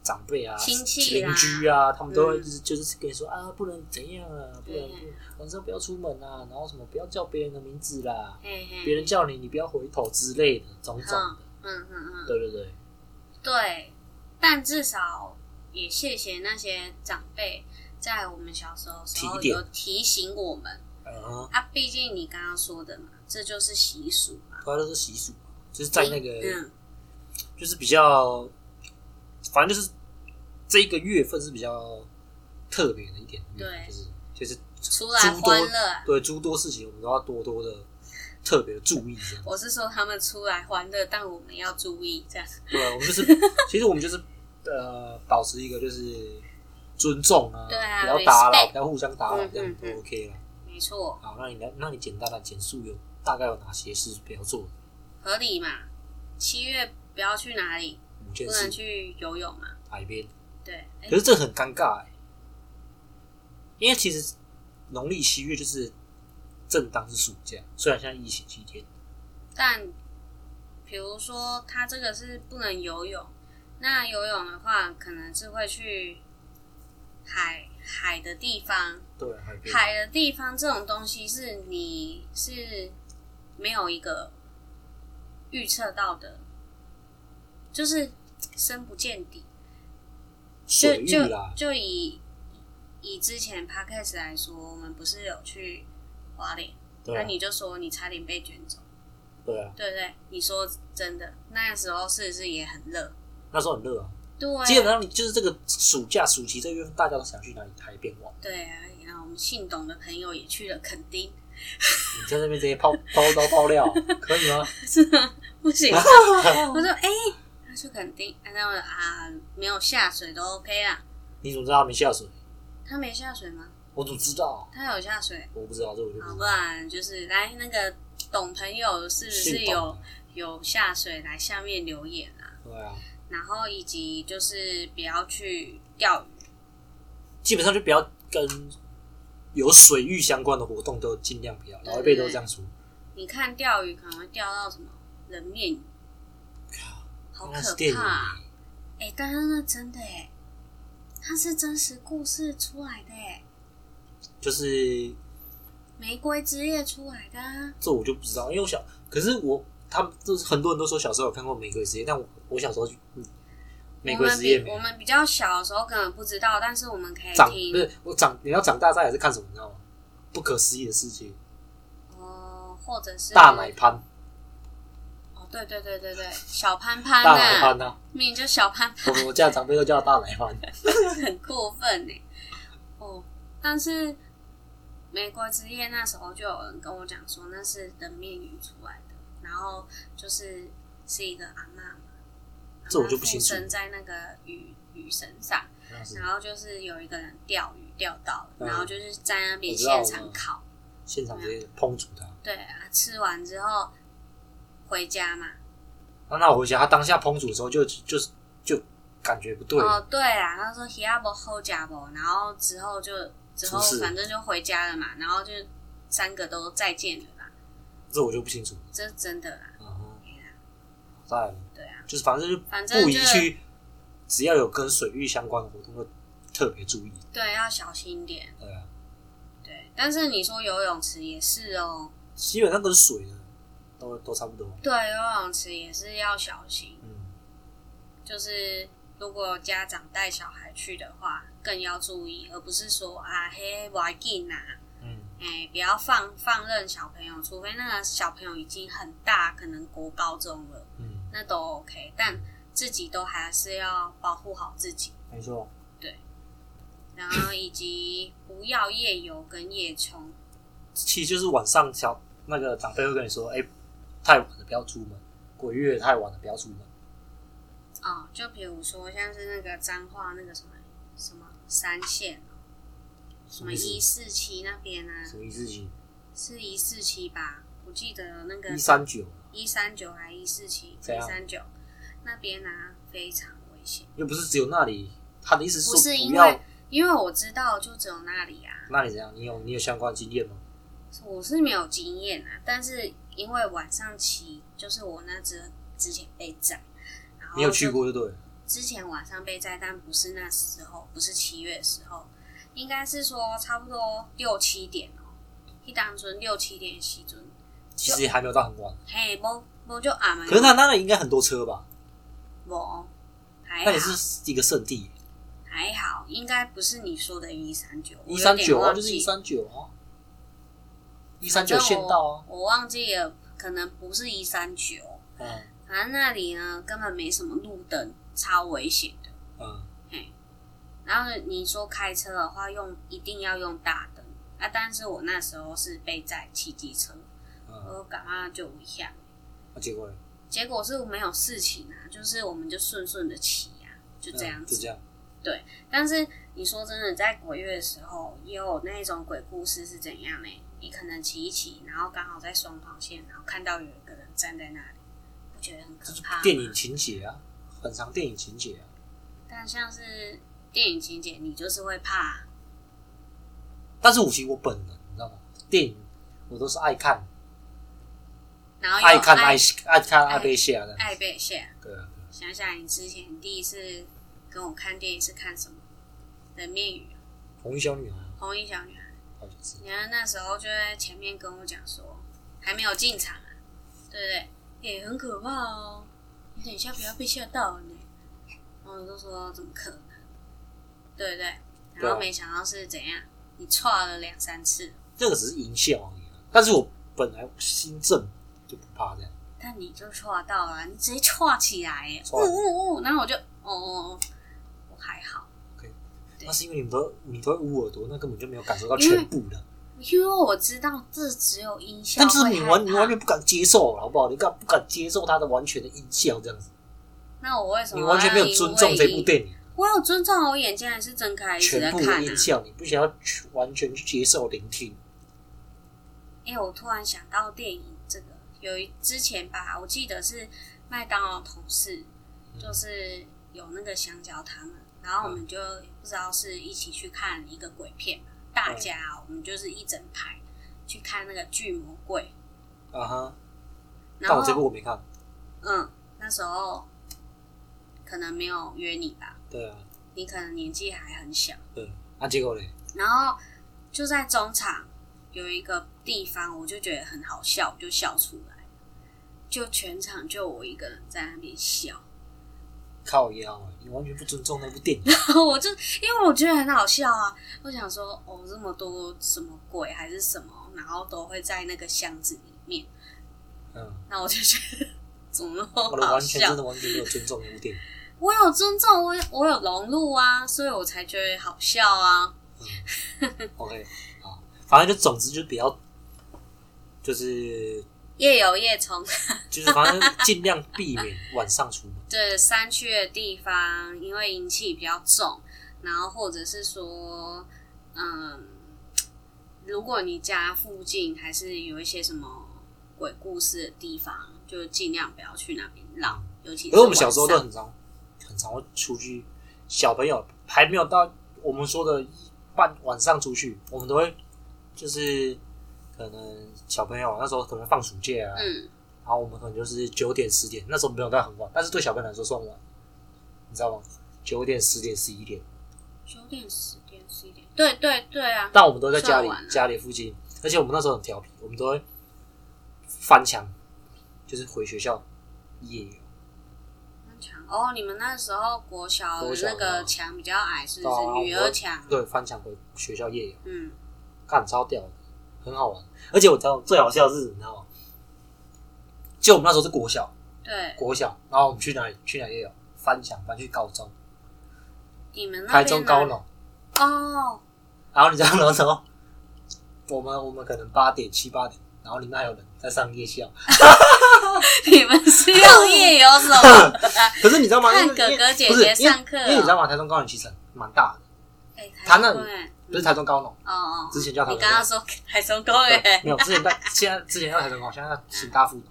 [SPEAKER 1] 长辈啊、
[SPEAKER 2] 亲戚
[SPEAKER 1] 邻
[SPEAKER 2] 啦
[SPEAKER 1] 居啊，他们都会
[SPEAKER 2] 嗯
[SPEAKER 1] 就是、就是跟你说啊，不能怎样啊，不能
[SPEAKER 2] 对
[SPEAKER 1] 不晚上不要出门啊，然后什么不要叫别人的名字啦，
[SPEAKER 2] 嘿嘿，
[SPEAKER 1] 别人叫你你不要回头之类的种种的，
[SPEAKER 2] 嗯嗯嗯，
[SPEAKER 1] 对对对，
[SPEAKER 2] 对，但至少也谢谢那些长辈在我们小时候的时候
[SPEAKER 1] 提点
[SPEAKER 2] 有提醒我们
[SPEAKER 1] 啊，
[SPEAKER 2] 啊。毕竟你刚刚说的嘛，这就是习俗嘛。
[SPEAKER 1] 大家都是习俗，就是在那个、
[SPEAKER 2] 嗯
[SPEAKER 1] 就是比较，反正就是这一个月份是比较特别的一点，
[SPEAKER 2] 对
[SPEAKER 1] 就是就是
[SPEAKER 2] 出来
[SPEAKER 1] 诸多
[SPEAKER 2] 欢乐啊，
[SPEAKER 1] 对诸多事情，我们都要多多的特别的注意这样。
[SPEAKER 2] 我是说他们出来欢乐，但我们要注意这样。
[SPEAKER 1] 对，啊我们就是，其实我们就是呃，保持一个就是尊重啊，
[SPEAKER 2] 对啊
[SPEAKER 1] 不要打扰，
[SPEAKER 2] respect
[SPEAKER 1] 不要互相打扰
[SPEAKER 2] 嗯，
[SPEAKER 1] 这样
[SPEAKER 2] 嗯嗯
[SPEAKER 1] 都 OK 了。
[SPEAKER 2] 没错，
[SPEAKER 1] 好，那你来，那你简单的简述有大概有哪些是不要做的
[SPEAKER 2] 合理嘛。七月不要去哪里，
[SPEAKER 1] 五件
[SPEAKER 2] 不能
[SPEAKER 1] 事？
[SPEAKER 2] 去游泳嘛。
[SPEAKER 1] 海边，
[SPEAKER 2] 对，
[SPEAKER 1] 可
[SPEAKER 2] 哎
[SPEAKER 1] 是这很尴尬、欸，因为其实农历七月就是正当是暑假，虽然现在疫情期间，
[SPEAKER 2] 但比如说他这个是不能游泳，那游泳的话，可能是会去海海的地方。
[SPEAKER 1] 对啊海边，
[SPEAKER 2] 海的地方这种东西是你是没有一个预测到的，就是深不见底。就
[SPEAKER 1] 水域
[SPEAKER 2] 就
[SPEAKER 1] 啦，
[SPEAKER 2] 就以以之前 podcast 来说，我们不是有去花莲，
[SPEAKER 1] 对
[SPEAKER 2] 那
[SPEAKER 1] 啊，
[SPEAKER 2] 你就说你差点被卷走，
[SPEAKER 1] 对啊，
[SPEAKER 2] 对不对？你说真的，那时候是不是也很热？
[SPEAKER 1] 那时候很热啊。
[SPEAKER 2] 对啊，
[SPEAKER 1] 基本上你就是这个暑假暑期这个月份，大家都想去哪里海边玩。
[SPEAKER 2] 对啊。然后我们姓董的朋友也去了垦丁，
[SPEAKER 1] 你在那 边直接抛抛刀爆料，可以吗？
[SPEAKER 2] 不行，我说哎、那去垦丁，啊那我啊没有下水都 OK 啦。
[SPEAKER 1] 你怎么知道他没下水？
[SPEAKER 2] 他没下水吗？
[SPEAKER 1] 我怎么知道？
[SPEAKER 2] 他有下水，
[SPEAKER 1] 我不知道，这我就不
[SPEAKER 2] 好，
[SPEAKER 1] 知
[SPEAKER 2] 不
[SPEAKER 1] 道。
[SPEAKER 2] 然就是来那个董朋友是不是
[SPEAKER 1] 姓董
[SPEAKER 2] 有有下水来下面留言啊？
[SPEAKER 1] 对啊，
[SPEAKER 2] 然后以及就是不要去钓鱼，
[SPEAKER 1] 基本上就不要跟有水域相关的活动都尽量不要，老一辈都这样说。
[SPEAKER 2] 你看钓鱼可能会钓到什么人面鱼，好
[SPEAKER 1] 那
[SPEAKER 2] 可
[SPEAKER 1] 是电影
[SPEAKER 2] 怕、啊！哎、但是那真的哎、它是真实故事出来的哎、
[SPEAKER 1] 就是
[SPEAKER 2] 玫瑰之夜出来的、啊，
[SPEAKER 1] 这我就不知道，因为我小，可是我他们就是很多人都说小时候有看过《玫瑰之夜》，但我我小时候就嗯，《玫瑰之夜》没
[SPEAKER 2] 我们比我
[SPEAKER 1] 有
[SPEAKER 2] 们比较小的时候可能不知道，但是我们可以
[SPEAKER 1] 长不
[SPEAKER 2] 听
[SPEAKER 1] 是我长，你要长大再来是看什么，你知道吗？不可思议的世界，
[SPEAKER 2] 哦，或者是
[SPEAKER 1] 大奶潘，
[SPEAKER 2] 哦，对对对对对，小潘潘啊
[SPEAKER 1] 大奶
[SPEAKER 2] 呐、
[SPEAKER 1] 潘啊呐、
[SPEAKER 2] 明明就小潘潘，
[SPEAKER 1] 我我家长辈都叫他大奶潘。
[SPEAKER 2] 很过分哎、哦，但是美国之夜那时候就有人跟我讲说那是人面鱼出来的，然后就是是一个阿嬷嘛，
[SPEAKER 1] 这我就不清楚
[SPEAKER 2] 阿嬷附身在那个鱼鱼身上，
[SPEAKER 1] 那是
[SPEAKER 2] 然后就是有一个人钓鱼钓到，
[SPEAKER 1] 嗯
[SPEAKER 2] 然后就是在那边
[SPEAKER 1] 我知道
[SPEAKER 2] 现
[SPEAKER 1] 我
[SPEAKER 2] 场烤，
[SPEAKER 1] 现场直接烹煮他。
[SPEAKER 2] 对啊，吃完之后回家嘛，
[SPEAKER 1] 啊、那我回家，他当下烹煮的时候就就是就感觉不对，
[SPEAKER 2] 哦，对啦，他说 h i a b o 后加 b 然后之后就之后
[SPEAKER 1] 出事
[SPEAKER 2] 反正就回家了嘛，然后就三个都再见了啦，
[SPEAKER 1] 这我就不清楚。
[SPEAKER 2] 这是真的啦，
[SPEAKER 1] 嗯哼，
[SPEAKER 2] 哎呀
[SPEAKER 1] 再来
[SPEAKER 2] 对啊，
[SPEAKER 1] 就是反正就
[SPEAKER 2] 反正
[SPEAKER 1] 不宜
[SPEAKER 2] 就
[SPEAKER 1] 去，只要有跟水域相关的活动，都特别注意。
[SPEAKER 2] 对要小心点，
[SPEAKER 1] 对啊，
[SPEAKER 2] 对，但是你说游泳池也是哦，
[SPEAKER 1] 基本上跟水呢都都差不多。
[SPEAKER 2] 对，游泳池也是要小心，
[SPEAKER 1] 嗯，
[SPEAKER 2] 就是如果家长带小孩去的话，更要注意，而不是说啊嘿玩劲呐。
[SPEAKER 1] 嗯，
[SPEAKER 2] 哎、不要放放任小朋友，除非那个小朋友已经很大，可能国高中了，
[SPEAKER 1] 嗯，
[SPEAKER 2] 那都 OK，但自己都还是要保护好自己，
[SPEAKER 1] 没错。
[SPEAKER 2] 然后以及不要夜游跟夜冲。
[SPEAKER 1] 其实就是晚上小那个长辈会跟你说，哎、太晚了不要出门，鬼月太晚了不要出门。
[SPEAKER 2] 哦，就比如说像是那个彰化那个什么什么三线哦，
[SPEAKER 1] 什
[SPEAKER 2] 什么
[SPEAKER 1] 意思
[SPEAKER 2] 一？四七那边啊，
[SPEAKER 1] 什么意思？
[SPEAKER 2] 是一四七吧？我记得那个
[SPEAKER 1] 一三九
[SPEAKER 2] 一三九还一四七，
[SPEAKER 1] 怎
[SPEAKER 2] 一
[SPEAKER 1] 样
[SPEAKER 2] 三九那边啊非常危险，
[SPEAKER 1] 又不是只有那里，他的意思
[SPEAKER 2] 不是
[SPEAKER 1] 说
[SPEAKER 2] 因
[SPEAKER 1] 不要
[SPEAKER 2] 为因为我知道就只有那里啊，
[SPEAKER 1] 那你怎样？你有你有相关经验吗？
[SPEAKER 2] 我是没有经验啊，但是因为晚上骑，就是我那只之前被载，然后
[SPEAKER 1] 你有去
[SPEAKER 2] 就
[SPEAKER 1] 过就对了。
[SPEAKER 2] 之前晚上被载，但不是那时候，不是七月的时候，应该是说差不多六七点哦、一当村六七点时准，
[SPEAKER 1] 其实还没有到很晚，
[SPEAKER 2] 嘿，无无就阿门，
[SPEAKER 1] 可是那那里应该很多车吧？
[SPEAKER 2] 无还
[SPEAKER 1] 那也
[SPEAKER 2] 好
[SPEAKER 1] 是一个圣地，
[SPEAKER 2] 还好，应该不是你说的一三九，
[SPEAKER 1] 一三九啊，
[SPEAKER 2] 忘
[SPEAKER 1] 就是一
[SPEAKER 2] 记
[SPEAKER 1] 三九啊，一三九县道啊，
[SPEAKER 2] 我忘记了，可能不是一三九，
[SPEAKER 1] 嗯
[SPEAKER 2] 反正那里呢根本没什么路灯，超危险的。
[SPEAKER 1] 嗯，
[SPEAKER 2] 然后你说开车的话，用一定要用大灯啊。但是我那时候是被载骑机车，
[SPEAKER 1] 嗯，
[SPEAKER 2] 我赶快就一下，
[SPEAKER 1] 啊结果呢
[SPEAKER 2] 结果是没有事情啊，就是我们就顺顺的骑啊，就这样
[SPEAKER 1] 嗯就
[SPEAKER 2] 子。
[SPEAKER 1] 这样，
[SPEAKER 2] 但是你说真的，在鬼月的时候，也有那种鬼故事是怎样呢？你可能骑一骑，然后刚好在双黄线，然后看到有一个人站在那里，不觉得很可怕吗？
[SPEAKER 1] 电影情节啊，很长电影情节啊，
[SPEAKER 2] 但像是电影情节，你就是会怕啊、
[SPEAKER 1] 但是我其实我本人你知道吗？电影我都是爱看，
[SPEAKER 2] 然后又
[SPEAKER 1] 爱看爱
[SPEAKER 2] 哦爱
[SPEAKER 1] 爱看爱被吓的，
[SPEAKER 2] 爱被吓。
[SPEAKER 1] 对啊，对啊
[SPEAKER 2] 想想你之前第一次跟我看电影是看什么？人面鱼，
[SPEAKER 1] 红衣小女孩啊
[SPEAKER 2] 红衣小女孩。
[SPEAKER 1] 好像是，
[SPEAKER 2] 你看那时候就在前面跟我讲说，还没有进场啊，对不对？也、很可怕哦，你等一下不要被吓到呢。然后我就说怎么可能，对不对？
[SPEAKER 1] 对
[SPEAKER 2] 然
[SPEAKER 1] 啊
[SPEAKER 2] 后没想到是怎样，你错了两三次，
[SPEAKER 1] 那个只是营销而已啊，但是我本来心正就不怕这样，
[SPEAKER 2] 但你就戳到了，你直接戳起来耶，呜
[SPEAKER 1] 戳
[SPEAKER 2] 呜呜！然后我就，哦哦，哦哦我还好，对
[SPEAKER 1] 那是因为你都你都会捂耳朵，那根本就没有感受到
[SPEAKER 2] 因为
[SPEAKER 1] 全部的。
[SPEAKER 2] 因为我知道这只有音效
[SPEAKER 1] 但
[SPEAKER 2] 会
[SPEAKER 1] 是
[SPEAKER 2] 害怕，
[SPEAKER 1] 你完你完全不敢接受，好不好？你敢不敢接受它的完全的音效这样子？
[SPEAKER 2] 那我为什么
[SPEAKER 1] 你完全没有尊重这部
[SPEAKER 2] 影？
[SPEAKER 1] 电影，
[SPEAKER 2] 我有尊重，我眼睛还是睁开，一直
[SPEAKER 1] 全
[SPEAKER 2] 在
[SPEAKER 1] 部
[SPEAKER 2] 看
[SPEAKER 1] 的
[SPEAKER 2] 啊
[SPEAKER 1] 音。效，你不想要去完全去接受聆听。
[SPEAKER 2] 哎、我突然想到电影这个，有一之前吧，我记得是麦当劳同事，就是有那个香蕉他们，然后我们就不知道是一起去看一个鬼片吧，大家啊、
[SPEAKER 1] 嗯
[SPEAKER 2] 我们就是一整排去看那个巨魔鬼，
[SPEAKER 1] 啊哈！
[SPEAKER 2] 然
[SPEAKER 1] 但我这
[SPEAKER 2] 后
[SPEAKER 1] 部我没看。
[SPEAKER 2] 嗯，那时候可能没有约你吧，
[SPEAKER 1] 对啊，
[SPEAKER 2] 你可能年纪还很小，
[SPEAKER 1] 对啊，结果嘞，
[SPEAKER 2] 然后就在中场有一个地方，我就觉得很好笑，我就笑出来，就全场就我一个人在那边笑，
[SPEAKER 1] 靠腰啊，你完全不尊重那部电影。
[SPEAKER 2] 然 后我就因为我觉得很好笑啊，我想说哦这么多什么鬼还是什么，然后都会在那个箱子里面，
[SPEAKER 1] 嗯，
[SPEAKER 2] 那我就觉得怎么那
[SPEAKER 1] 我
[SPEAKER 2] 么
[SPEAKER 1] 的
[SPEAKER 2] 好
[SPEAKER 1] 完全真
[SPEAKER 2] 笑
[SPEAKER 1] 的？完全没有尊重那部电影。
[SPEAKER 2] 我有尊重，我有我有融入啊，所以我才觉得好笑啊。
[SPEAKER 1] OK，好，反正就总之就比较，就是
[SPEAKER 2] 夜游夜冲。
[SPEAKER 1] 就是反正尽量避免晚上出门。
[SPEAKER 2] 这山区的地方，因为阴气比较重，然后或者是说，嗯，如果你家附近还是有一些什么鬼故事的地方，就尽量不要去那边绕，尤其是
[SPEAKER 1] 可是我们小时候
[SPEAKER 2] 晚
[SPEAKER 1] 都很
[SPEAKER 2] 上
[SPEAKER 1] 常很常会出去，小朋友还没有到我们说的半晚上出去，我们都会就是可能小朋友那时候可能放暑假啊，
[SPEAKER 2] 嗯，
[SPEAKER 1] 然后我们可能就是九点十点，那时候没有到很晚，但是对小朋友来说算晚，你知道吗？九点、十点、十一点，
[SPEAKER 2] 九点、十点、十一点，对对对啊，
[SPEAKER 1] 但我们都在家里
[SPEAKER 2] 算晚了
[SPEAKER 1] 家里附近，而且我们那时候很调皮，我们都会翻墙，就是回学校夜游。
[SPEAKER 2] 翻墙哦，你们那时候国小的那
[SPEAKER 1] 国小
[SPEAKER 2] 个
[SPEAKER 1] 啊
[SPEAKER 2] 墙比较矮，是不
[SPEAKER 1] 对啊
[SPEAKER 2] 是？女
[SPEAKER 1] 我
[SPEAKER 2] 儿墙，
[SPEAKER 1] 对，翻墙回学校夜游，
[SPEAKER 2] 嗯，
[SPEAKER 1] 干超屌的，很好玩。而且我知道最好笑的是，你知道吗？就我们那时候是国小，
[SPEAKER 2] 对，
[SPEAKER 1] 国小，然后我们去哪里去哪里夜游，翻墙翻去高中，
[SPEAKER 2] 你们那
[SPEAKER 1] 台
[SPEAKER 2] 边
[SPEAKER 1] 中
[SPEAKER 2] 呢
[SPEAKER 1] 高农。
[SPEAKER 2] 哦，
[SPEAKER 1] 然后你知道那时候，我们我们可能八点七八点，然后里面还有人在上夜校。
[SPEAKER 2] 你们是要夜游什么？
[SPEAKER 1] 可是你知道吗？
[SPEAKER 2] 看
[SPEAKER 1] 因为
[SPEAKER 2] 哥
[SPEAKER 1] 因为
[SPEAKER 2] 哥姐
[SPEAKER 1] 不是
[SPEAKER 2] 姐
[SPEAKER 1] 因为
[SPEAKER 2] 上课哦
[SPEAKER 1] 因为你知道吗？台中高农其实蛮大的，
[SPEAKER 2] 哎
[SPEAKER 1] 台南
[SPEAKER 2] 中公园
[SPEAKER 1] 不是台中高农，
[SPEAKER 2] 哦哦，
[SPEAKER 1] 之前叫台
[SPEAKER 2] 你
[SPEAKER 1] 中
[SPEAKER 2] 刚刚说台中公
[SPEAKER 1] 对
[SPEAKER 2] 园，
[SPEAKER 1] 没有之前在现在之前叫台中高农，现在叫新大附农。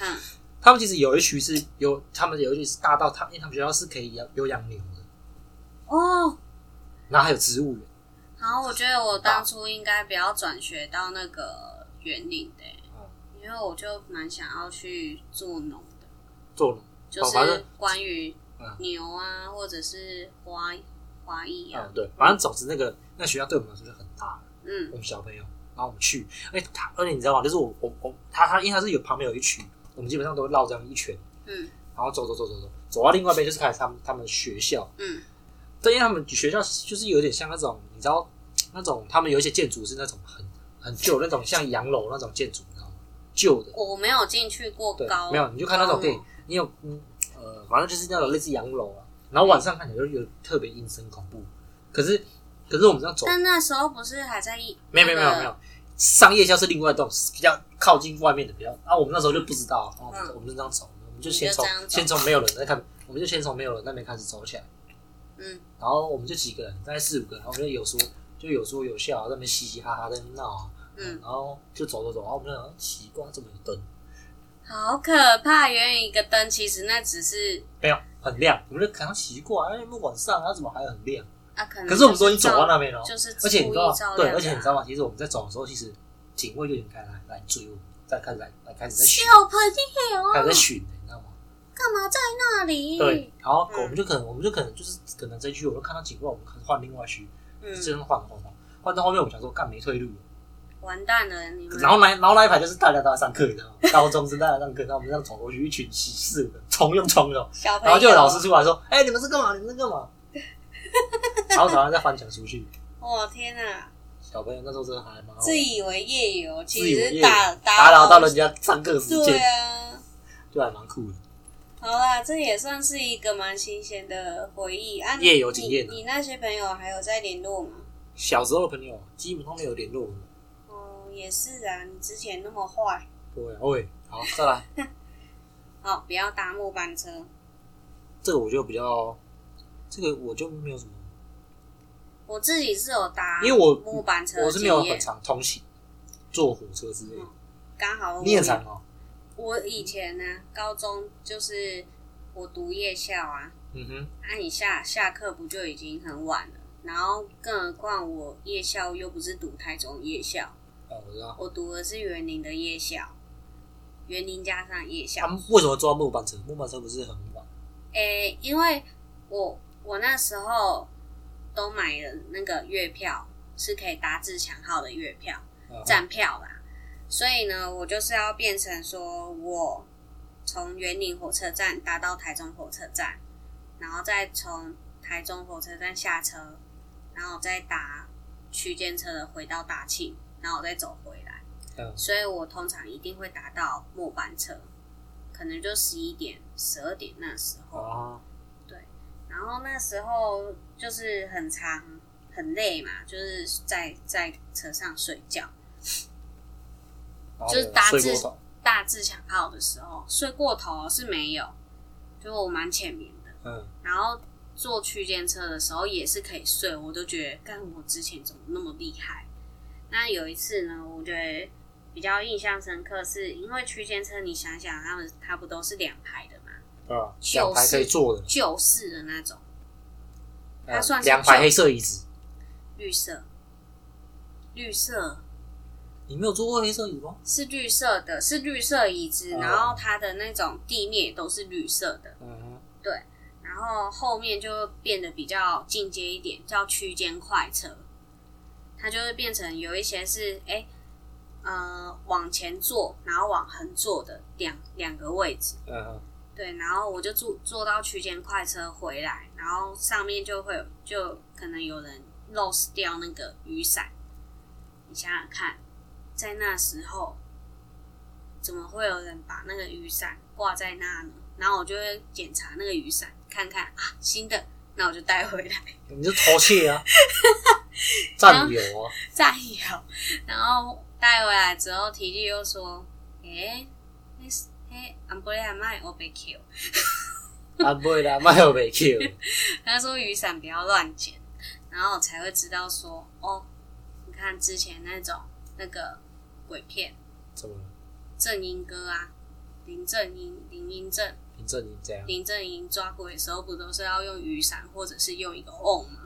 [SPEAKER 2] 嗯，
[SPEAKER 1] 他们其实有一区是有，他们有一区是大到他，因为他们学校是可以养有养牛的，
[SPEAKER 2] 哦，
[SPEAKER 1] 然后还有植物园。
[SPEAKER 2] 好，我觉得我当初应该不要转学到那个园林的欸
[SPEAKER 1] 嗯，
[SPEAKER 2] 因为我就蛮想要去做农的，
[SPEAKER 1] 做农，
[SPEAKER 2] 就
[SPEAKER 1] 哦反正
[SPEAKER 2] 是关于
[SPEAKER 1] 嗯
[SPEAKER 2] 牛啊，或者是花花艺啊
[SPEAKER 1] 嗯，，对，反正总之那个那学校对我们来说就很大，
[SPEAKER 2] 嗯
[SPEAKER 1] 我们小朋友，然后我们去，哎，他而且你知道吗？就是我我我他他，因为他是有旁边有一区，我们基本上都会绕这样一圈，
[SPEAKER 2] 嗯
[SPEAKER 1] 然后走走走走走，走到另外一边就是看他们他们学校，
[SPEAKER 2] 嗯，
[SPEAKER 1] 对，因为他们学校就是有点像那种你知道那种他们有一些建筑是那种很很旧那种像洋楼那种建筑，你知道吗？旧的，
[SPEAKER 2] 我没有进去过
[SPEAKER 1] 对
[SPEAKER 2] 高，，
[SPEAKER 1] 没有你就看那种电影，你有嗯呃，反正就是那种类似洋楼啊，然后晚上看起来就有特别阴森恐怖，可是可是我们这样走
[SPEAKER 2] 但那时候不是还在一
[SPEAKER 1] 没有没有没有没有，商业校是另外一栋，是比较靠近外面的比较。啊，我们那时候就不知道，哦，
[SPEAKER 2] 嗯
[SPEAKER 1] 我们就这样走，我们就先从
[SPEAKER 2] 你就这样走
[SPEAKER 1] 先从没有人那看，我们就先从没有人那边开始走起来，
[SPEAKER 2] 嗯
[SPEAKER 1] 然后我们就几个人，大概四五个，然后我们就有说就有说有笑，在那边嘻嘻哈哈在那边闹啊，
[SPEAKER 2] 嗯，
[SPEAKER 1] 然后就走走走，然后我们就想啊奇怪，这么有灯？嗯
[SPEAKER 2] 好可怕！远远一个灯，其实那只是
[SPEAKER 1] 没有，很亮，我们就感到奇怪，哎，那晚上它怎么还很亮？
[SPEAKER 2] 啊，可能
[SPEAKER 1] 可是我们都已经走到那边了哦，
[SPEAKER 2] 就是
[SPEAKER 1] 而且你知道
[SPEAKER 2] 故意照，
[SPEAKER 1] 对，
[SPEAKER 2] 亮的啊
[SPEAKER 1] 而且你知道吗？其实我们在走的时候，其实警卫就已经开始来来追我们，再开始来来开始在巡
[SPEAKER 2] 小，朋友
[SPEAKER 1] 开始在巡，你知道吗？
[SPEAKER 2] 干嘛在那里？
[SPEAKER 1] 对，，然后
[SPEAKER 2] 嗯
[SPEAKER 1] 我们就可能，我们就可能就是可能这一区，我就看到警卫，我们可能换另外一区，
[SPEAKER 2] 嗯，
[SPEAKER 1] 这样换换换，换到后面我们想说干没退路了，
[SPEAKER 2] 完蛋了，你们
[SPEAKER 1] 然后那然后那一排就是大家都在上课，你知道吗？高中生大家在上课，然后我们这样走过去，一群骑士冲又冲了，
[SPEAKER 2] 小朋
[SPEAKER 1] 然
[SPEAKER 2] 友，
[SPEAKER 1] 后就有老师，出来说：“哎，你们是干嘛？你们是干嘛？” 然后早上再翻墙出去，
[SPEAKER 2] 我天哪，
[SPEAKER 1] 小朋友那时候真的还蛮好玩
[SPEAKER 2] 自以为夜游，
[SPEAKER 1] 自
[SPEAKER 2] 其
[SPEAKER 1] 以为
[SPEAKER 2] 实
[SPEAKER 1] 业
[SPEAKER 2] 是打
[SPEAKER 1] 打扰到
[SPEAKER 2] 了，
[SPEAKER 1] 人家上课时
[SPEAKER 2] 对
[SPEAKER 1] 间，
[SPEAKER 2] 啊。
[SPEAKER 1] 就还蛮酷的。
[SPEAKER 2] 好啦，这也算是一个蛮新鲜的回忆啊！你
[SPEAKER 1] 夜游经验啊
[SPEAKER 2] 你你那些朋友还有在联络吗？
[SPEAKER 1] 小时候的朋友基本上没有联络了，
[SPEAKER 2] 哦，也是啊，你之前那么坏，
[SPEAKER 1] 啊
[SPEAKER 2] 哦
[SPEAKER 1] 对，喂，好，再来。
[SPEAKER 2] 好，不要搭末班车。
[SPEAKER 1] 这个我就比较，这个我就没有什么，
[SPEAKER 2] 我自己是有搭，
[SPEAKER 1] 因为我
[SPEAKER 2] 末班车的
[SPEAKER 1] 我是没有
[SPEAKER 2] 经验
[SPEAKER 1] 很常通勤，坐火车之类的。
[SPEAKER 2] 刚好嗯我
[SPEAKER 1] 你也常哦，
[SPEAKER 2] 我以前呢、高中就是我读夜校啊，
[SPEAKER 1] 嗯哼，
[SPEAKER 2] 那、你下下课不就已经很晚了？然后更何况我夜校又不是读台中夜校，
[SPEAKER 1] 哦，我知道。
[SPEAKER 2] 我读的是园林的夜校，园林加上夜校
[SPEAKER 1] 他。们啊为什么坐到末班车？末班车不是很晚？
[SPEAKER 2] 诶、因为我我那时候都买了那个月票，是可以搭自强号的月票
[SPEAKER 1] 嗯
[SPEAKER 2] 站票啦，所以呢，我就是要变成说我从园林火车站搭到台中火车站，然后再从台中火车站下车，然后再搭区间车的回到大庆，然后我再走回来。
[SPEAKER 1] 嗯，
[SPEAKER 2] 所以我通常一定会搭到末班车，可能就十一点、十二点那时候。
[SPEAKER 1] 哦，
[SPEAKER 2] 然后那时候就是很长、很累嘛，就是在在车上睡觉。
[SPEAKER 1] 然后
[SPEAKER 2] 就是搭
[SPEAKER 1] 睡
[SPEAKER 2] 自
[SPEAKER 1] 过头，
[SPEAKER 2] 大致想号的时候睡过头是没有，就我蛮浅眠的。
[SPEAKER 1] 嗯，
[SPEAKER 2] 然后坐区间车的时候也是可以睡，我都觉得，干我之前怎么那么厉害？那有一次呢，我觉得比较印象深刻是，因为区间车，你想想，他们它不都是两排的嘛，
[SPEAKER 1] 对吧？
[SPEAKER 2] 就是
[SPEAKER 1] 两排可以坐的，
[SPEAKER 2] 旧式的那种，它
[SPEAKER 1] 嗯
[SPEAKER 2] 算是
[SPEAKER 1] 两排黑色椅子。
[SPEAKER 2] 绿色，绿色
[SPEAKER 1] 你没有坐过黑色椅吗？
[SPEAKER 2] 是绿色的，是绿色椅子，
[SPEAKER 1] 哦
[SPEAKER 2] 然后它的那种地面也都是绿色的，
[SPEAKER 1] 嗯哼，
[SPEAKER 2] 然后后面就变得比较进阶一点，叫区间快车。它就会变成有一些是哎、诶呃，往前坐，然后往横坐的两两个位置。
[SPEAKER 1] 嗯哼，
[SPEAKER 2] 对，然后我就坐坐到区间快车回来，然后上面就会有就可能有人 lose 掉那个雨伞。你想想看，在那时候怎么会有人把那个雨伞挂在那呢？然后我就会检查那个雨伞，看看啊新的，那我就带回来。
[SPEAKER 1] 你就偷窃啊，占有啊，
[SPEAKER 2] 再有，然后带回来之后，体力又说：“诶、那是诶，俺不来卖我被 Q。
[SPEAKER 1] 啊不会啦，卖有被 Q，”
[SPEAKER 2] 他说雨伞不要乱捡，然后我才会知道说：“哦，你看之前那种那个鬼片，
[SPEAKER 1] 怎么了？
[SPEAKER 2] 正英哥啊，林正英、林英正、
[SPEAKER 1] 林正英这样，
[SPEAKER 2] 林正英抓鬼的时候，不都是要用雨伞或者是用一个瓮吗？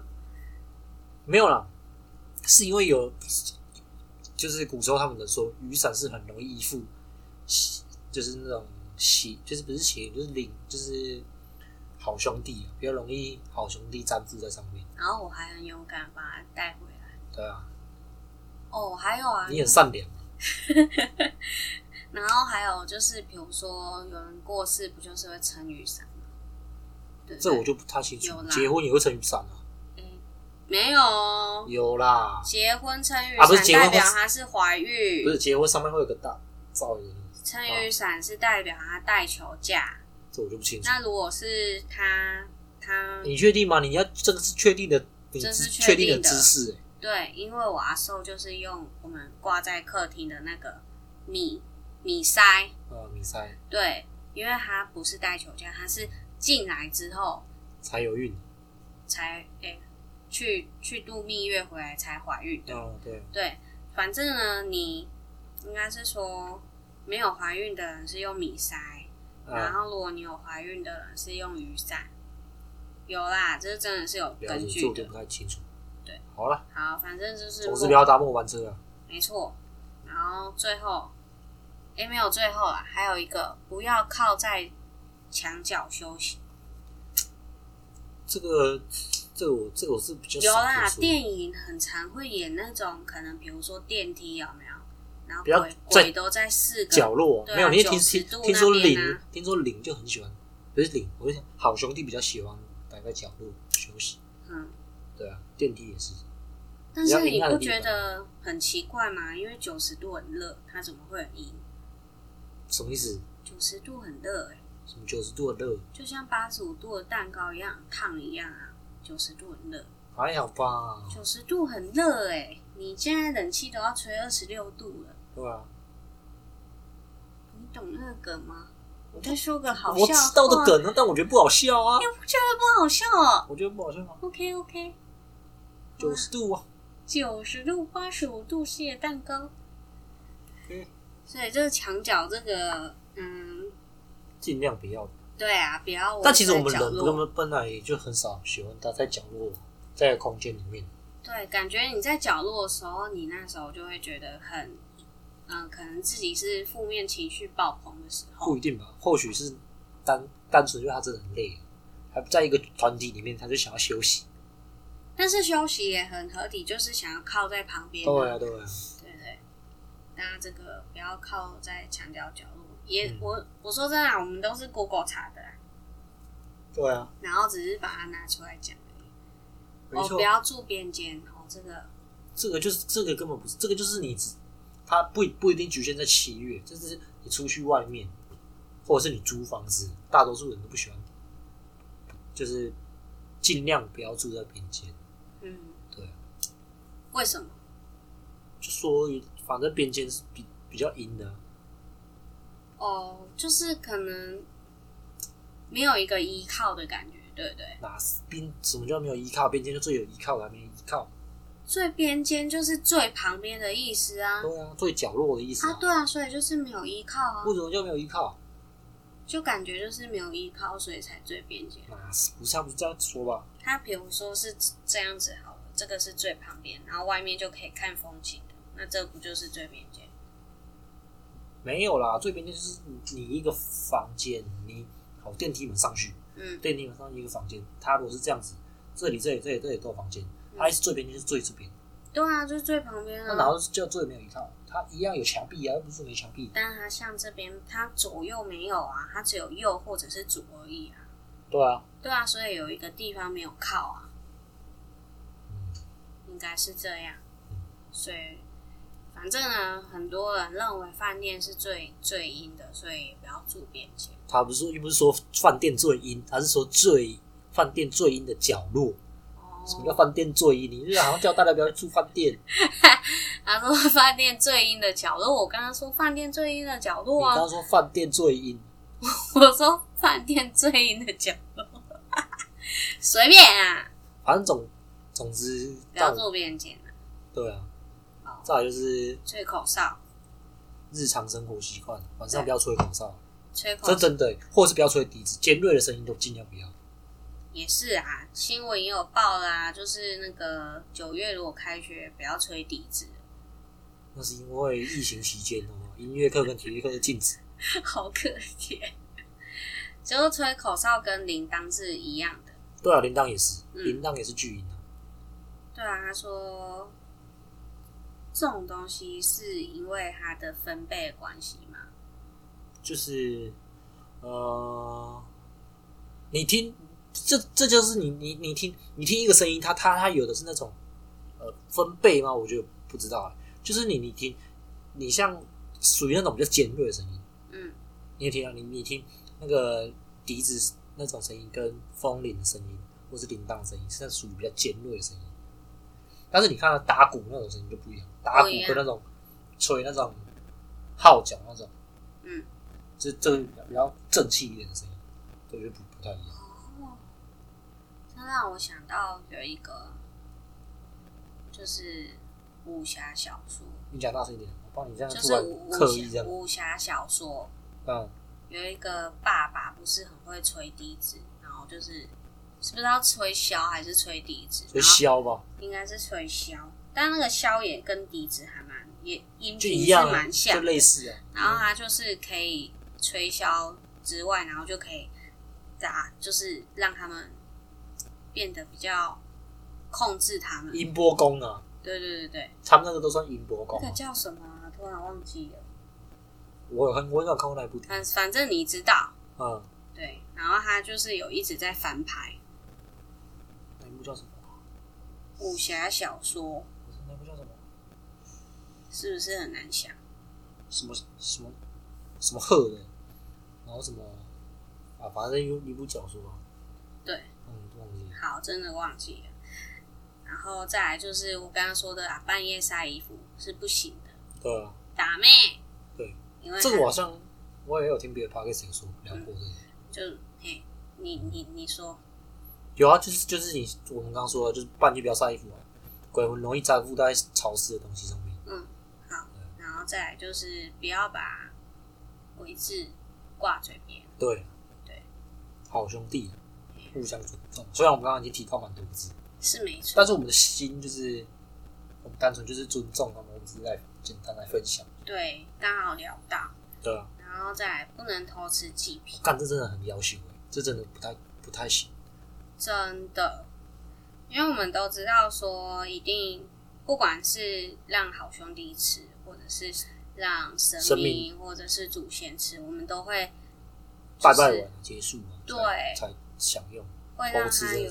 [SPEAKER 1] 没有啦，是因为有，就是古时候他们的说，雨伞是很容易依附邪，就是那种邪，就是不是邪，就是灵，就是好兄弟啊，比较容易好兄弟占附在上面，
[SPEAKER 2] 然后我还很勇敢把它带回来。
[SPEAKER 1] 对啊，
[SPEAKER 2] 哦，还有啊，
[SPEAKER 1] 你很善良啊，
[SPEAKER 2] 然后还有就是，比如说有人过世，不就是会撑雨伞吗？对不对
[SPEAKER 1] 这我就不太清楚
[SPEAKER 2] 有。啦
[SPEAKER 1] 结婚也会撑雨伞啊？
[SPEAKER 2] 诶没有哦，
[SPEAKER 1] 有啦，
[SPEAKER 2] 结婚撑雨
[SPEAKER 1] 啊不是
[SPEAKER 2] 伞
[SPEAKER 1] 结婚
[SPEAKER 2] 代表她是怀孕
[SPEAKER 1] 不，是结婚上面会有个大罩的，
[SPEAKER 2] 撑雨伞是代表她带球架。
[SPEAKER 1] 这我就不清楚。
[SPEAKER 2] 那如果是她，她
[SPEAKER 1] 你确定吗？你要这个是确定的，你
[SPEAKER 2] 这是
[SPEAKER 1] 确
[SPEAKER 2] 确定
[SPEAKER 1] 定的
[SPEAKER 2] 的
[SPEAKER 1] 姿势、欸，
[SPEAKER 2] 对，因为我阿寿就是用我们挂在客厅的那个米米塞，
[SPEAKER 1] 呃，你才
[SPEAKER 2] 对，因为她不是带球架，她是进来之后
[SPEAKER 1] 才有孕，
[SPEAKER 2] 才诶、去去度蜜月回来才怀孕的。
[SPEAKER 1] 哦，对，
[SPEAKER 2] 对，反正呢，你应该是说没有怀孕的人是用米塞，然
[SPEAKER 1] 啊，
[SPEAKER 2] 后如果你有怀孕的人是用雨伞。有啦，这真的是有
[SPEAKER 1] 了
[SPEAKER 2] 根
[SPEAKER 1] 解，这
[SPEAKER 2] 据
[SPEAKER 1] 我就
[SPEAKER 2] 的
[SPEAKER 1] 不。太清楚。
[SPEAKER 2] 对，
[SPEAKER 1] 好了，
[SPEAKER 2] 好，反正就是
[SPEAKER 1] 总之
[SPEAKER 2] 我
[SPEAKER 1] 不要搭末班车啊。
[SPEAKER 2] 没错。然后最后，诶，没有最后啦，还有一个不要靠在墙角休息。
[SPEAKER 1] 这个，这个我这个我是比较
[SPEAKER 2] 有
[SPEAKER 1] 少
[SPEAKER 2] 啦
[SPEAKER 1] 接，触
[SPEAKER 2] 电影很常会演那种，可能比如说电梯有没有？然后
[SPEAKER 1] 不要
[SPEAKER 2] 鬼
[SPEAKER 1] 在
[SPEAKER 2] 鬼都在四个
[SPEAKER 1] 角落、
[SPEAKER 2] 对啊
[SPEAKER 1] 没有，你也听听
[SPEAKER 2] 90度
[SPEAKER 1] 听说
[SPEAKER 2] 那边
[SPEAKER 1] 领
[SPEAKER 2] 啊，
[SPEAKER 1] 听说领就很喜欢，不是领，我就想好兄弟比较喜欢待在角落休息。
[SPEAKER 2] 嗯，
[SPEAKER 1] 对啊，电梯也是。
[SPEAKER 2] 但是你不觉得很奇怪吗？因为九十度很热，它怎么会很阴？
[SPEAKER 1] 什么意思？
[SPEAKER 2] 九十度很热、欸，
[SPEAKER 1] 什么九十度的热？
[SPEAKER 2] 就像八十五度的蛋糕一样很烫一样啊。九十度很热，
[SPEAKER 1] 还好吧，
[SPEAKER 2] 九十度很热哎、你现在冷气都要
[SPEAKER 1] 啊
[SPEAKER 2] 吹二十六度了，
[SPEAKER 1] 对吧、
[SPEAKER 2] 你懂那个梗吗？我就说个好
[SPEAKER 1] 我
[SPEAKER 2] 笑哦
[SPEAKER 1] 知
[SPEAKER 2] 话，
[SPEAKER 1] 道的梗啊，但我觉得不好笑啊
[SPEAKER 2] 你，不觉得不好笑哦
[SPEAKER 1] 我觉得不好笑啊，
[SPEAKER 2] ？OK OK，
[SPEAKER 1] 九十度啊，
[SPEAKER 2] 九十度、八十五度蟹蛋糕。
[SPEAKER 1] 嗯，
[SPEAKER 2] 所以这个墙角这个，嗯，
[SPEAKER 1] 尽量不要。
[SPEAKER 2] 对啊，不要窝
[SPEAKER 1] 但其实我们
[SPEAKER 2] 在角
[SPEAKER 1] 人我
[SPEAKER 2] 落
[SPEAKER 1] 们本来也就很少喜欢待在角落，在空间里面。
[SPEAKER 2] 对，感觉你在角落的时候，你那时候就会觉得很，嗯、可能自己是负面情绪爆棚的时候
[SPEAKER 1] 不。一定吧，或许是单单纯因为他真的很累，啊还在一个团体里面，他就想要休息。
[SPEAKER 2] 但是休息也很合理，就是想要靠在旁边、
[SPEAKER 1] 对啊，对啊，
[SPEAKER 2] 对不对？大家这个不要靠在墙角角落。也、
[SPEAKER 1] 嗯
[SPEAKER 2] 我我说真的、啊，我们都是 Google 查的啦，啊
[SPEAKER 1] 对啊，
[SPEAKER 2] 然后只是把它拿出来讲而已。
[SPEAKER 1] 没
[SPEAKER 2] 哦，
[SPEAKER 1] 错
[SPEAKER 2] 不，要住边间哦，这个
[SPEAKER 1] 这个就是这个根本不是，这个就是你只，他不不一定局限在七月，就是你出去外面，或者是你租房子，大多数人都不喜欢，就是尽量不要住在边间。
[SPEAKER 2] 嗯，
[SPEAKER 1] 对啊，
[SPEAKER 2] 为什么？
[SPEAKER 1] 就说反正边间是比比较阴的啊、
[SPEAKER 2] 哦，就是可能没有一个依靠的感觉，对不对？
[SPEAKER 1] 哪是边什么叫没有依靠？边间就最有依靠的啊，没依靠。
[SPEAKER 2] 最边间就是最旁边的意思啊。
[SPEAKER 1] 对啊，最角落的意思
[SPEAKER 2] 啊，对啊，所以就是没有依靠啊，
[SPEAKER 1] 为什么叫没有依靠？
[SPEAKER 2] 就感觉就是没有依靠，所以才最边间。
[SPEAKER 1] 哪是不是他不是这样说吧？
[SPEAKER 2] 它比如说是这样子好了，这个是最旁边，然后外面就可以看风景的，那这不就是最边间？
[SPEAKER 1] 没有啦，最边界就是你你一个房间，你好电梯门上去，
[SPEAKER 2] 嗯，
[SPEAKER 1] 电梯门上去一个房间，它如果是这样子，这里这里这里这里都有房间，
[SPEAKER 2] 嗯
[SPEAKER 1] 它是最边界就是最这边，
[SPEAKER 2] 对啊，就是最旁边
[SPEAKER 1] 那哪
[SPEAKER 2] 啊。
[SPEAKER 1] 后叫最没有依靠？它一样有墙壁啊，又不是没墙壁。
[SPEAKER 2] 但它像这边，它左右没有啊，它只有右或者是左而已啊。
[SPEAKER 1] 对啊，
[SPEAKER 2] 对啊，所以有一个地方没有靠啊，
[SPEAKER 1] 嗯，
[SPEAKER 2] 应该是这样。所以，反正呢，很多人认为饭店是最最阴的，所以不要住边间。
[SPEAKER 1] 他不是又不是说饭店最阴，他是说最饭店最阴的角落。
[SPEAKER 2] 哦
[SPEAKER 1] 什么叫饭店最阴？你就是好像叫大家不要住饭店，
[SPEAKER 2] 他说饭店最阴的角落，我刚刚说饭店最阴的角
[SPEAKER 1] 你
[SPEAKER 2] 落
[SPEAKER 1] 刚
[SPEAKER 2] 啊，
[SPEAKER 1] 刚说饭店最阴，
[SPEAKER 2] 我说饭店最阴的角落， 随便啊，
[SPEAKER 1] 反正总总之，
[SPEAKER 2] 不要
[SPEAKER 1] 但
[SPEAKER 2] 住边间啊，
[SPEAKER 1] 对啊
[SPEAKER 2] 好，
[SPEAKER 1] 再来就是
[SPEAKER 2] 哦吹口哨，
[SPEAKER 1] 日常生活习惯，晚上不要吹口哨，
[SPEAKER 2] 吹口
[SPEAKER 1] 这
[SPEAKER 2] 哨
[SPEAKER 1] 真的，或者是不要吹笛子，尖锐的声音都尽量不要。
[SPEAKER 2] 也是啊，新闻也有报啦、就是那个九月如果开学，不要吹笛子，
[SPEAKER 1] 那是因为疫情期间哦，音乐课跟体育课的禁止。
[SPEAKER 2] 好可怜。 就是吹口哨跟铃铛是一样的，
[SPEAKER 1] 对啊，铃铛也是，
[SPEAKER 2] 嗯
[SPEAKER 1] 铃铛也是巨音啊。
[SPEAKER 2] 对啊，他说这种东西是因为它的分贝的关系嘛，
[SPEAKER 1] 就是呃，你听，这这就是你你你听你听一个声音，它它它有的是那种呃分贝吗？我就不知道啊。就是你你听，你像属于那种比较尖锐的声音，
[SPEAKER 2] 嗯
[SPEAKER 1] 你也听到你你听那个笛子那种声音跟风铃的声音，或是铃铛的声音，是那属于比较尖锐的声音。但是你看到打鼓那种声音就不一样，打鼓
[SPEAKER 2] 不一样
[SPEAKER 1] 跟那种吹那种号角那种，
[SPEAKER 2] 嗯，
[SPEAKER 1] 这这个比较正气一点的声音，对，就不不太一样。
[SPEAKER 2] 哦，这让我想到有一个，就是武侠小说，
[SPEAKER 1] 你讲大声一点，我帮你这样
[SPEAKER 2] 就
[SPEAKER 1] 突
[SPEAKER 2] 是
[SPEAKER 1] 然
[SPEAKER 2] 武
[SPEAKER 1] 刻意
[SPEAKER 2] 武
[SPEAKER 1] 这
[SPEAKER 2] 侠
[SPEAKER 1] 样，
[SPEAKER 2] 武侠小说
[SPEAKER 1] 嗯，
[SPEAKER 2] 有一个爸爸不是很会吹笛子，然后就是是不是要吹箫还是吹笛子？
[SPEAKER 1] 所以削吧，
[SPEAKER 2] 然后应该是吹箫，但那个箫也跟笛子还蛮也音
[SPEAKER 1] 就
[SPEAKER 2] 频
[SPEAKER 1] 一
[SPEAKER 2] 是
[SPEAKER 1] 样啊，
[SPEAKER 2] 蛮像
[SPEAKER 1] 就
[SPEAKER 2] 的，
[SPEAKER 1] 类似啊。
[SPEAKER 2] 然后他就是可以吹箫之外，然后就可以打，就是让他们变得比较控制他们。
[SPEAKER 1] 音波功啊，
[SPEAKER 2] 对对对对，
[SPEAKER 1] 他们那个都算音波功
[SPEAKER 2] 那
[SPEAKER 1] 啊
[SPEAKER 2] 个。叫什么啊？突然忘记了。
[SPEAKER 1] 我有看，我有看过那一部电影，
[SPEAKER 2] 反反正你知道，
[SPEAKER 1] 嗯，
[SPEAKER 2] 对。然后他就是有一直在翻牌
[SPEAKER 1] 那一部叫什么？
[SPEAKER 2] 武侠小说，
[SPEAKER 1] 我说那部叫什么？
[SPEAKER 2] 是不是很难想？
[SPEAKER 1] 什么什么什么鹤的，然后什么啊，反正有一部小说啊，
[SPEAKER 2] 对，
[SPEAKER 1] 嗯，忘记了。
[SPEAKER 2] 好，真的忘记了。然后再来就是我刚刚说的啊，半夜晒衣服是不行的，
[SPEAKER 1] 对啊，
[SPEAKER 2] 打妹。
[SPEAKER 1] 对，
[SPEAKER 2] 因为
[SPEAKER 1] 这个我好像我也有听别的 podcast 有说聊过这个。
[SPEAKER 2] 就嘿，你你你说，
[SPEAKER 1] 有啊，就是就是你我们刚刚说的，就是半句不要晒衣服嘛，啊鬼魂容易粘附在潮湿的东西上面。
[SPEAKER 2] 嗯，好，然后再来就是不要把文字挂嘴边，
[SPEAKER 1] 对，啊
[SPEAKER 2] 对，
[SPEAKER 1] 好兄弟，互相尊重。虽然我们刚刚已经提到蛮多次，
[SPEAKER 2] 是没错
[SPEAKER 1] 但。是我们的心就是，我们单纯就是尊重他们，我们只是来简单来分享。
[SPEAKER 2] 对，刚好聊到，
[SPEAKER 1] 对啊，
[SPEAKER 2] 然后再来不能偷吃祭品，
[SPEAKER 1] 干这真的很要求哎、这真的不太不太行。
[SPEAKER 2] 真的，因为我们都知道说，一定不管是让好兄弟吃，或者是让神
[SPEAKER 1] 神
[SPEAKER 2] 明
[SPEAKER 1] 明
[SPEAKER 2] 或者是祖先吃，我们都会
[SPEAKER 1] 拜拜
[SPEAKER 2] 就是
[SPEAKER 1] 完啊结束嘛，才
[SPEAKER 2] 对
[SPEAKER 1] 才享用。
[SPEAKER 2] 会让
[SPEAKER 1] 偷吃
[SPEAKER 2] 他
[SPEAKER 1] 真的
[SPEAKER 2] 有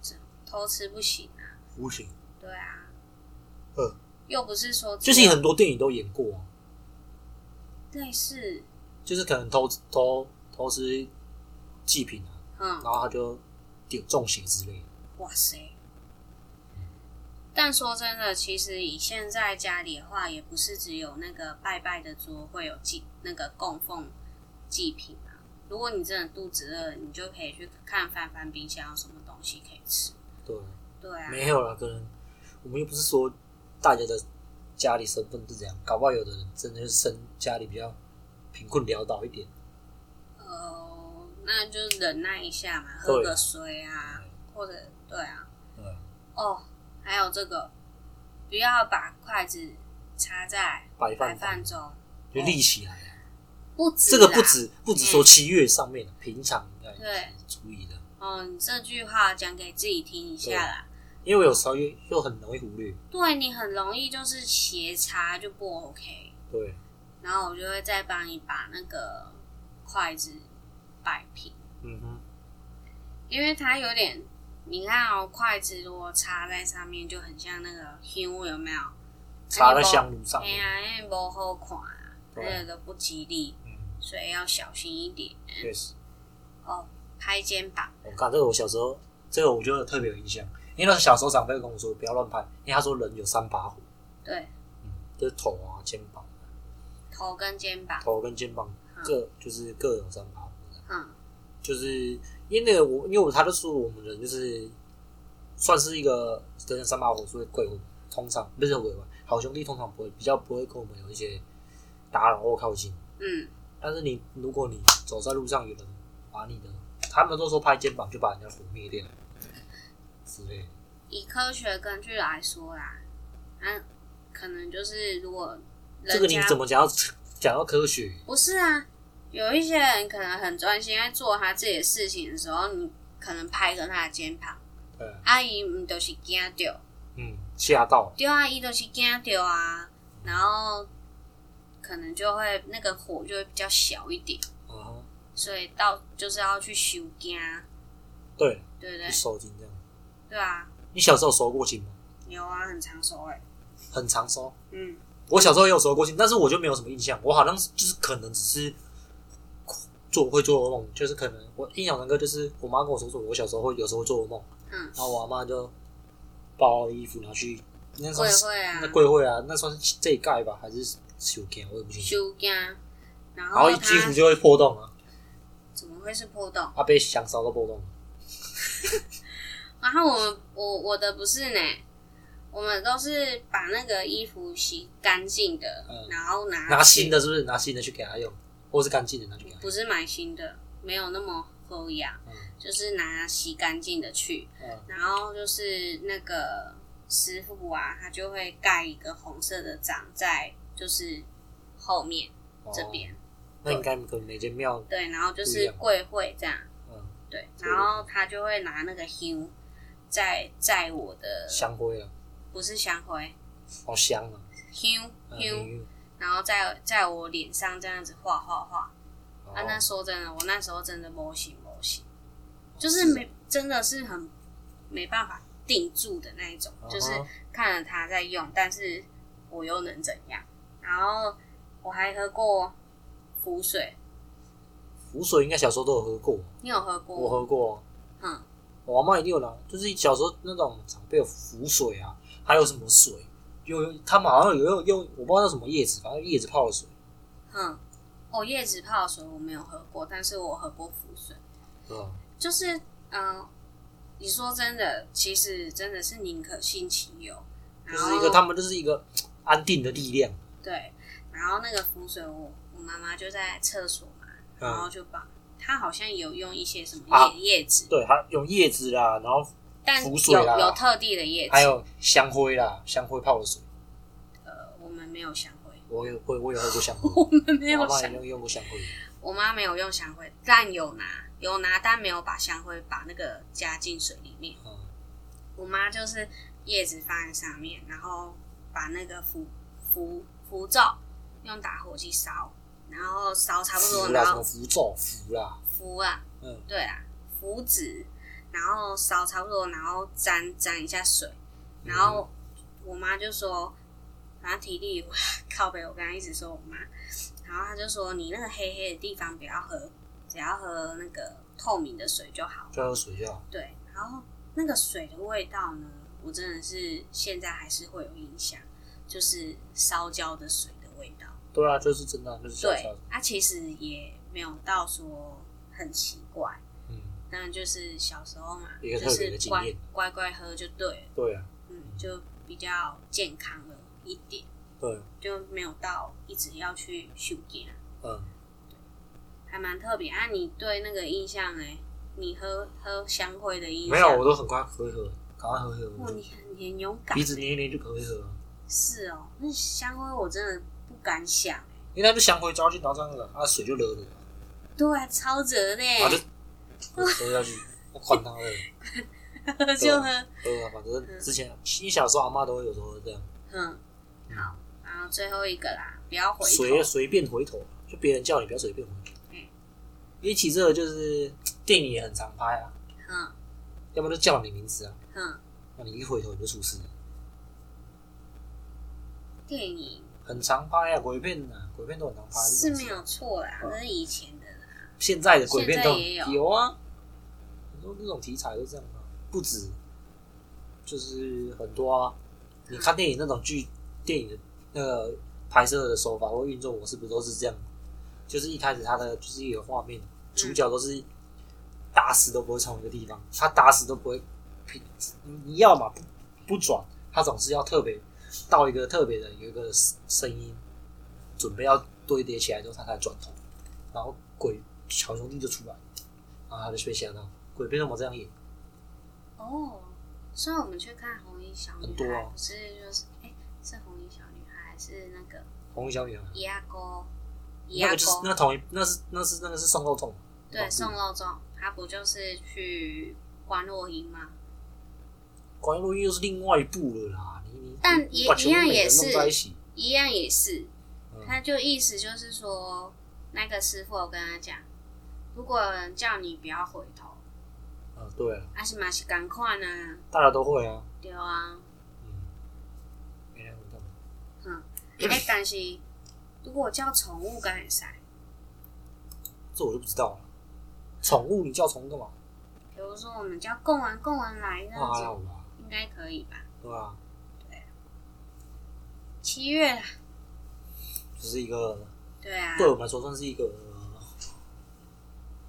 [SPEAKER 1] 是
[SPEAKER 2] 偷吃不行啊，
[SPEAKER 1] 无情。
[SPEAKER 2] 对啊，
[SPEAKER 1] 嗯，
[SPEAKER 2] 又不是说只
[SPEAKER 1] 就是
[SPEAKER 2] 有
[SPEAKER 1] 很多电影都演过、啊，
[SPEAKER 2] 类似，
[SPEAKER 1] 就是可能偷偷偷吃祭品啊，
[SPEAKER 2] 嗯，
[SPEAKER 1] 然后他就丢中邪之类的。
[SPEAKER 2] 哇塞！但说真的，其实以现在家里的话，也不是只有那个拜拜的桌会有祭那个供奉祭品啊。如果你真的肚子饿，你就可以去看翻翻冰箱有什么东西可以吃。
[SPEAKER 1] 对，
[SPEAKER 2] 对啊，
[SPEAKER 1] 没有啦，可能我们又不是说大家的家里身份是这样，搞不好有的人真的是生家里比较贫困潦倒一点，
[SPEAKER 2] 呃，那就忍耐一下嘛，喝
[SPEAKER 1] 对
[SPEAKER 2] 个
[SPEAKER 1] 啊
[SPEAKER 2] 水啊，或者对啊，
[SPEAKER 1] 对啊，
[SPEAKER 2] 哦，还有这个，不要把筷子插在
[SPEAKER 1] 白
[SPEAKER 2] 白
[SPEAKER 1] 饭
[SPEAKER 2] 饭中，
[SPEAKER 1] 就立起来啊。
[SPEAKER 2] 不止
[SPEAKER 1] 这个
[SPEAKER 2] 啦嗯
[SPEAKER 1] 不止不止说七月上面，平常应该
[SPEAKER 2] 对。
[SPEAKER 1] 注意的，
[SPEAKER 2] 哦，你这句话讲给自己听一下啦。
[SPEAKER 1] 因为有时候又又很容易忽略。
[SPEAKER 2] 对你很容易就是斜插就不 OK，
[SPEAKER 1] 对，
[SPEAKER 2] 然后我就会再帮你把那个筷子摆平，
[SPEAKER 1] 嗯哼，
[SPEAKER 2] 因为它有点，你看哦，筷子如果插在上面就很像那个香有没有？
[SPEAKER 1] 插在香炉上
[SPEAKER 2] 哎
[SPEAKER 1] 面，
[SPEAKER 2] 呀，因为不好看啊，
[SPEAKER 1] 对
[SPEAKER 2] 那个不吉利，
[SPEAKER 1] 嗯，
[SPEAKER 2] 所以要小心一点
[SPEAKER 1] 确实。
[SPEAKER 2] 哦。拍肩膀，
[SPEAKER 1] 我看这个，我小时候这个我就特别有印象，因为那时候小时候长辈跟我说不要乱拍，因为他说人有三把火，
[SPEAKER 2] 对，
[SPEAKER 1] 嗯，就是头啊、肩膀、
[SPEAKER 2] 头跟肩膀，
[SPEAKER 1] 头跟肩膀各就是各有三把火，
[SPEAKER 2] 嗯，
[SPEAKER 1] 就是因为那个我，因为我他就说我们人就是算是一个人有三把火，所以鬼魂通常不是鬼魂，好兄弟通常不会比较不会跟我们有一些打扰或靠近，
[SPEAKER 2] 嗯，
[SPEAKER 1] 但是你如果你走在路上有人把你的，他们都说拍肩膀就把人家火灭掉之类的。
[SPEAKER 2] 以科学根据来说啦，嗯、可能就是如果人家
[SPEAKER 1] 这个你怎么讲到讲到科学？
[SPEAKER 2] 不是啊？有一些人可能很专心在做他自己的事情的时候，你可能拍着他的肩膀，
[SPEAKER 1] 对，
[SPEAKER 2] 阿姨唔就是惊到，
[SPEAKER 1] 嗯，吓到
[SPEAKER 2] 对啊，伊就是惊到啊，然后可能就会那个火就会比较小一点，
[SPEAKER 1] 啊，
[SPEAKER 2] 所以到就是要去修惊，
[SPEAKER 1] 对，
[SPEAKER 2] 对不对
[SPEAKER 1] 就？收金这样。
[SPEAKER 2] 对啊，
[SPEAKER 1] 你小时候收过金吗？
[SPEAKER 2] 有啊，很常收哎、
[SPEAKER 1] 很啊常收。
[SPEAKER 2] 嗯，
[SPEAKER 1] 我小时候也有收过金，但是我就没有什么印象。我好像是就是可能只是做会做噩梦，就是可能我印象深刻就是我妈跟我说说，我小时候会有时候会做噩梦，
[SPEAKER 2] 嗯
[SPEAKER 1] 然后我阿妈就包衣服拿去那
[SPEAKER 2] 会
[SPEAKER 1] 算是
[SPEAKER 2] 会啊
[SPEAKER 1] 那，贵会啊，那算是这一盖吧，还是修片，我也不清楚。
[SPEAKER 2] 修惊，然
[SPEAKER 1] 然后
[SPEAKER 2] 后
[SPEAKER 1] 衣
[SPEAKER 2] 他
[SPEAKER 1] 服就会破洞啊，
[SPEAKER 2] 怎么会是破洞？
[SPEAKER 1] 啊被香烧到破洞了。
[SPEAKER 2] 然后我们我我的不是呢，我们都是把那个衣服洗干净的，
[SPEAKER 1] 嗯
[SPEAKER 2] 然后拿
[SPEAKER 1] 拿
[SPEAKER 2] 去
[SPEAKER 1] 新，的是不是？拿新的去给他用，或是干净的拿去给他
[SPEAKER 2] 不
[SPEAKER 1] 用。
[SPEAKER 2] 是买新的，没有那么厚呀，
[SPEAKER 1] 嗯
[SPEAKER 2] 就是拿洗干净的去，
[SPEAKER 1] 嗯
[SPEAKER 2] 然后就是那个师傅啊，他就会盖一个红色的章在就是后面
[SPEAKER 1] 哦
[SPEAKER 2] 这边，
[SPEAKER 1] 那应该可能每间庙，
[SPEAKER 2] 对，然后就
[SPEAKER 1] 不一
[SPEAKER 2] 是
[SPEAKER 1] 样
[SPEAKER 2] 跪会这样，
[SPEAKER 1] 嗯，
[SPEAKER 2] 对，
[SPEAKER 1] 对
[SPEAKER 2] 然后他就会拿那个香在在我的
[SPEAKER 1] 香灰啊，
[SPEAKER 2] 不是香灰
[SPEAKER 1] 好香啊，
[SPEAKER 2] 香
[SPEAKER 1] 嗯
[SPEAKER 2] 香。然后在在我脸上这样子画画画。
[SPEAKER 1] 哦
[SPEAKER 2] 啊，那说真的，我那时候真的模型模型，就是没真的是很没办法定住的那一种，
[SPEAKER 1] 嗯哼
[SPEAKER 2] 就是看着他在用，但是我又能怎样？然后我还喝过浮水，
[SPEAKER 1] 浮水应该小时候都有喝过，
[SPEAKER 2] 你有喝过？
[SPEAKER 1] 我喝过啊，
[SPEAKER 2] 嗯，
[SPEAKER 1] 我阿妈一定有拿，就是小时候那种长辈有浮水啊，还有什么水，有有他们好像有用用，我不知道那什么叶子，反正叶子泡的水，
[SPEAKER 2] 嗯，哦，椰子泡水我没有喝过，但是我喝过浮水。
[SPEAKER 1] 嗯，
[SPEAKER 2] 就是嗯、呃你说真的，其实真的是宁可信其有，
[SPEAKER 1] 就
[SPEAKER 2] 然后
[SPEAKER 1] 是一个他们就是一个安定的力量。
[SPEAKER 2] 对，然后那个浮水我我妈妈就在厕所嘛，然
[SPEAKER 1] 嗯，
[SPEAKER 2] 后就把她好像有用一些什么叶、
[SPEAKER 1] 啊
[SPEAKER 2] 叶子，
[SPEAKER 1] 对，还有叶子啦，然后
[SPEAKER 2] 但有
[SPEAKER 1] 浮水啦
[SPEAKER 2] 有特地的叶子，
[SPEAKER 1] 还有香灰啦，香灰泡的水，
[SPEAKER 2] 呃，我们没有香灰，
[SPEAKER 1] 我有我我有喝过香灰，
[SPEAKER 2] 我们没
[SPEAKER 1] 我
[SPEAKER 2] 有
[SPEAKER 1] 爸
[SPEAKER 2] 香
[SPEAKER 1] 也用过香灰。
[SPEAKER 2] 我妈没有用香灰，但有拿有拿，但没有把香灰把那个加进水里面。
[SPEAKER 1] 嗯
[SPEAKER 2] 我妈就是叶子放在上面，然后把那个符符符咒用打火机烧，然后烧差不多，
[SPEAKER 1] 符啦，
[SPEAKER 2] 然
[SPEAKER 1] 啊什么
[SPEAKER 2] 后
[SPEAKER 1] 符咒符啦，
[SPEAKER 2] 符啊，
[SPEAKER 1] 嗯，
[SPEAKER 2] 对啊，符纸，然后烧差不多，然后沾沾一下水，然后我妈就说，反正体力靠北，我 刚刚一直说我妈，然后她就说你那个黑黑的地方不要喝，只要喝那个透明的水就好。
[SPEAKER 1] 就要喝水就好。
[SPEAKER 2] 对，然后那个水的味道呢，我真的是现在还是会有影响，就是烧焦的水的味道。
[SPEAKER 1] 对啊，就是真的啊，就是小小
[SPEAKER 2] 对
[SPEAKER 1] 的，，
[SPEAKER 2] 它、其实也没有到说很奇怪，
[SPEAKER 1] 嗯，
[SPEAKER 2] 但就是小时候嘛，
[SPEAKER 1] 一个
[SPEAKER 2] 就
[SPEAKER 1] 特别
[SPEAKER 2] 是
[SPEAKER 1] 的经
[SPEAKER 2] 乖
[SPEAKER 1] 验
[SPEAKER 2] 乖乖喝就对了，
[SPEAKER 1] 对啊，
[SPEAKER 2] 嗯，就比较健康了一点。
[SPEAKER 1] 对，
[SPEAKER 2] 就没有到一直要去修剪，
[SPEAKER 1] 嗯，
[SPEAKER 2] 还蛮特别啊。你对那个印象哎，你喝喝香灰的印象
[SPEAKER 1] 没有，我都很快喝一喝，赶快喝一喝
[SPEAKER 2] 哇，，你很你很勇敢
[SPEAKER 1] 鼻子捏一捏就可以喝了，
[SPEAKER 2] 是哦。那香灰我真的不敢想哎，
[SPEAKER 1] 因为它是香灰浇进到上面了，啊，水就热了，
[SPEAKER 2] 对啊，超折的
[SPEAKER 1] 然后就
[SPEAKER 2] 哎，
[SPEAKER 1] 喝下去， 我管它了，
[SPEAKER 2] 喝 就喝，
[SPEAKER 1] 喝啊，反正之前一小时候阿妈都会有时候会这样，
[SPEAKER 2] 嗯，好，然后最后一个啦，不要回
[SPEAKER 1] 随
[SPEAKER 2] 头，
[SPEAKER 1] 随便回头，就别人叫你不要随便回头
[SPEAKER 2] 嗯，
[SPEAKER 1] 因为其实这个就是电影也很常拍啊，
[SPEAKER 2] 嗯
[SPEAKER 1] 要么就叫你名字啊，
[SPEAKER 2] 嗯，
[SPEAKER 1] 那你一回头你就出事了，
[SPEAKER 2] 电影
[SPEAKER 1] 很常拍啊，鬼片啊，鬼片都很常拍，
[SPEAKER 2] 是没有错啦，
[SPEAKER 1] 嗯
[SPEAKER 2] 那是以前的啦，
[SPEAKER 1] 现在的鬼片都
[SPEAKER 2] 现在也有
[SPEAKER 1] 啊，很多那种题材都这样啊，不止，就是很多啊。你看电影那种剧，电影的那个拍摄的手法或运作模式，不都是这样？就是一开始他的就是一个画面，主角都是打死都不会从一个地方，他打死都不会平，你你要嘛不不转，他总是要特别到一个特别的有一个声音，准备要堆叠起来之后，他才转头。然后鬼小兄弟就出来，然后他就被吓到。鬼片怎么这样演？
[SPEAKER 2] 哦。所以我们去看《红衣小女
[SPEAKER 1] 很
[SPEAKER 2] 孩
[SPEAKER 1] 多》，啊
[SPEAKER 2] 不是就是哎、是《红衣小女孩》还是那个
[SPEAKER 1] 红衣小女孩，
[SPEAKER 2] 伊阿哥，伊
[SPEAKER 1] 那
[SPEAKER 2] 阿
[SPEAKER 1] 个就是
[SPEAKER 2] 哥
[SPEAKER 1] 那同一，那是那是那个是送肉粽，
[SPEAKER 2] 对宋肉粽，他不就是去关洛英吗？
[SPEAKER 1] 关于录音又是另外一部了啦。你你
[SPEAKER 2] 但
[SPEAKER 1] 你
[SPEAKER 2] 也
[SPEAKER 1] 把全
[SPEAKER 2] 一
[SPEAKER 1] 部
[SPEAKER 2] 样
[SPEAKER 1] 每个
[SPEAKER 2] 也是
[SPEAKER 1] 弄在一起，
[SPEAKER 2] 一样也是，
[SPEAKER 1] 嗯
[SPEAKER 2] 他就意思就是说，那个师傅有跟他讲，如果有人叫你不要回头，
[SPEAKER 1] 嗯，对啊，
[SPEAKER 2] 阿是嘛是赶快呢，
[SPEAKER 1] 大家都会啊，
[SPEAKER 2] 对啊，
[SPEAKER 1] 嗯，没人懂。
[SPEAKER 2] 嗯，哎、但是如果叫宠物敢很塞，
[SPEAKER 1] 这我就不知道了。宠物，你叫宠物干嘛？
[SPEAKER 2] 比如说我们叫贡丸贡丸来那
[SPEAKER 1] 那还好
[SPEAKER 2] 种，
[SPEAKER 1] 吧，
[SPEAKER 2] 应该可以吧？
[SPEAKER 1] 对吧、
[SPEAKER 2] 七月啦，
[SPEAKER 1] 就是一个
[SPEAKER 2] 对啊，
[SPEAKER 1] 对我们来说算是一个呃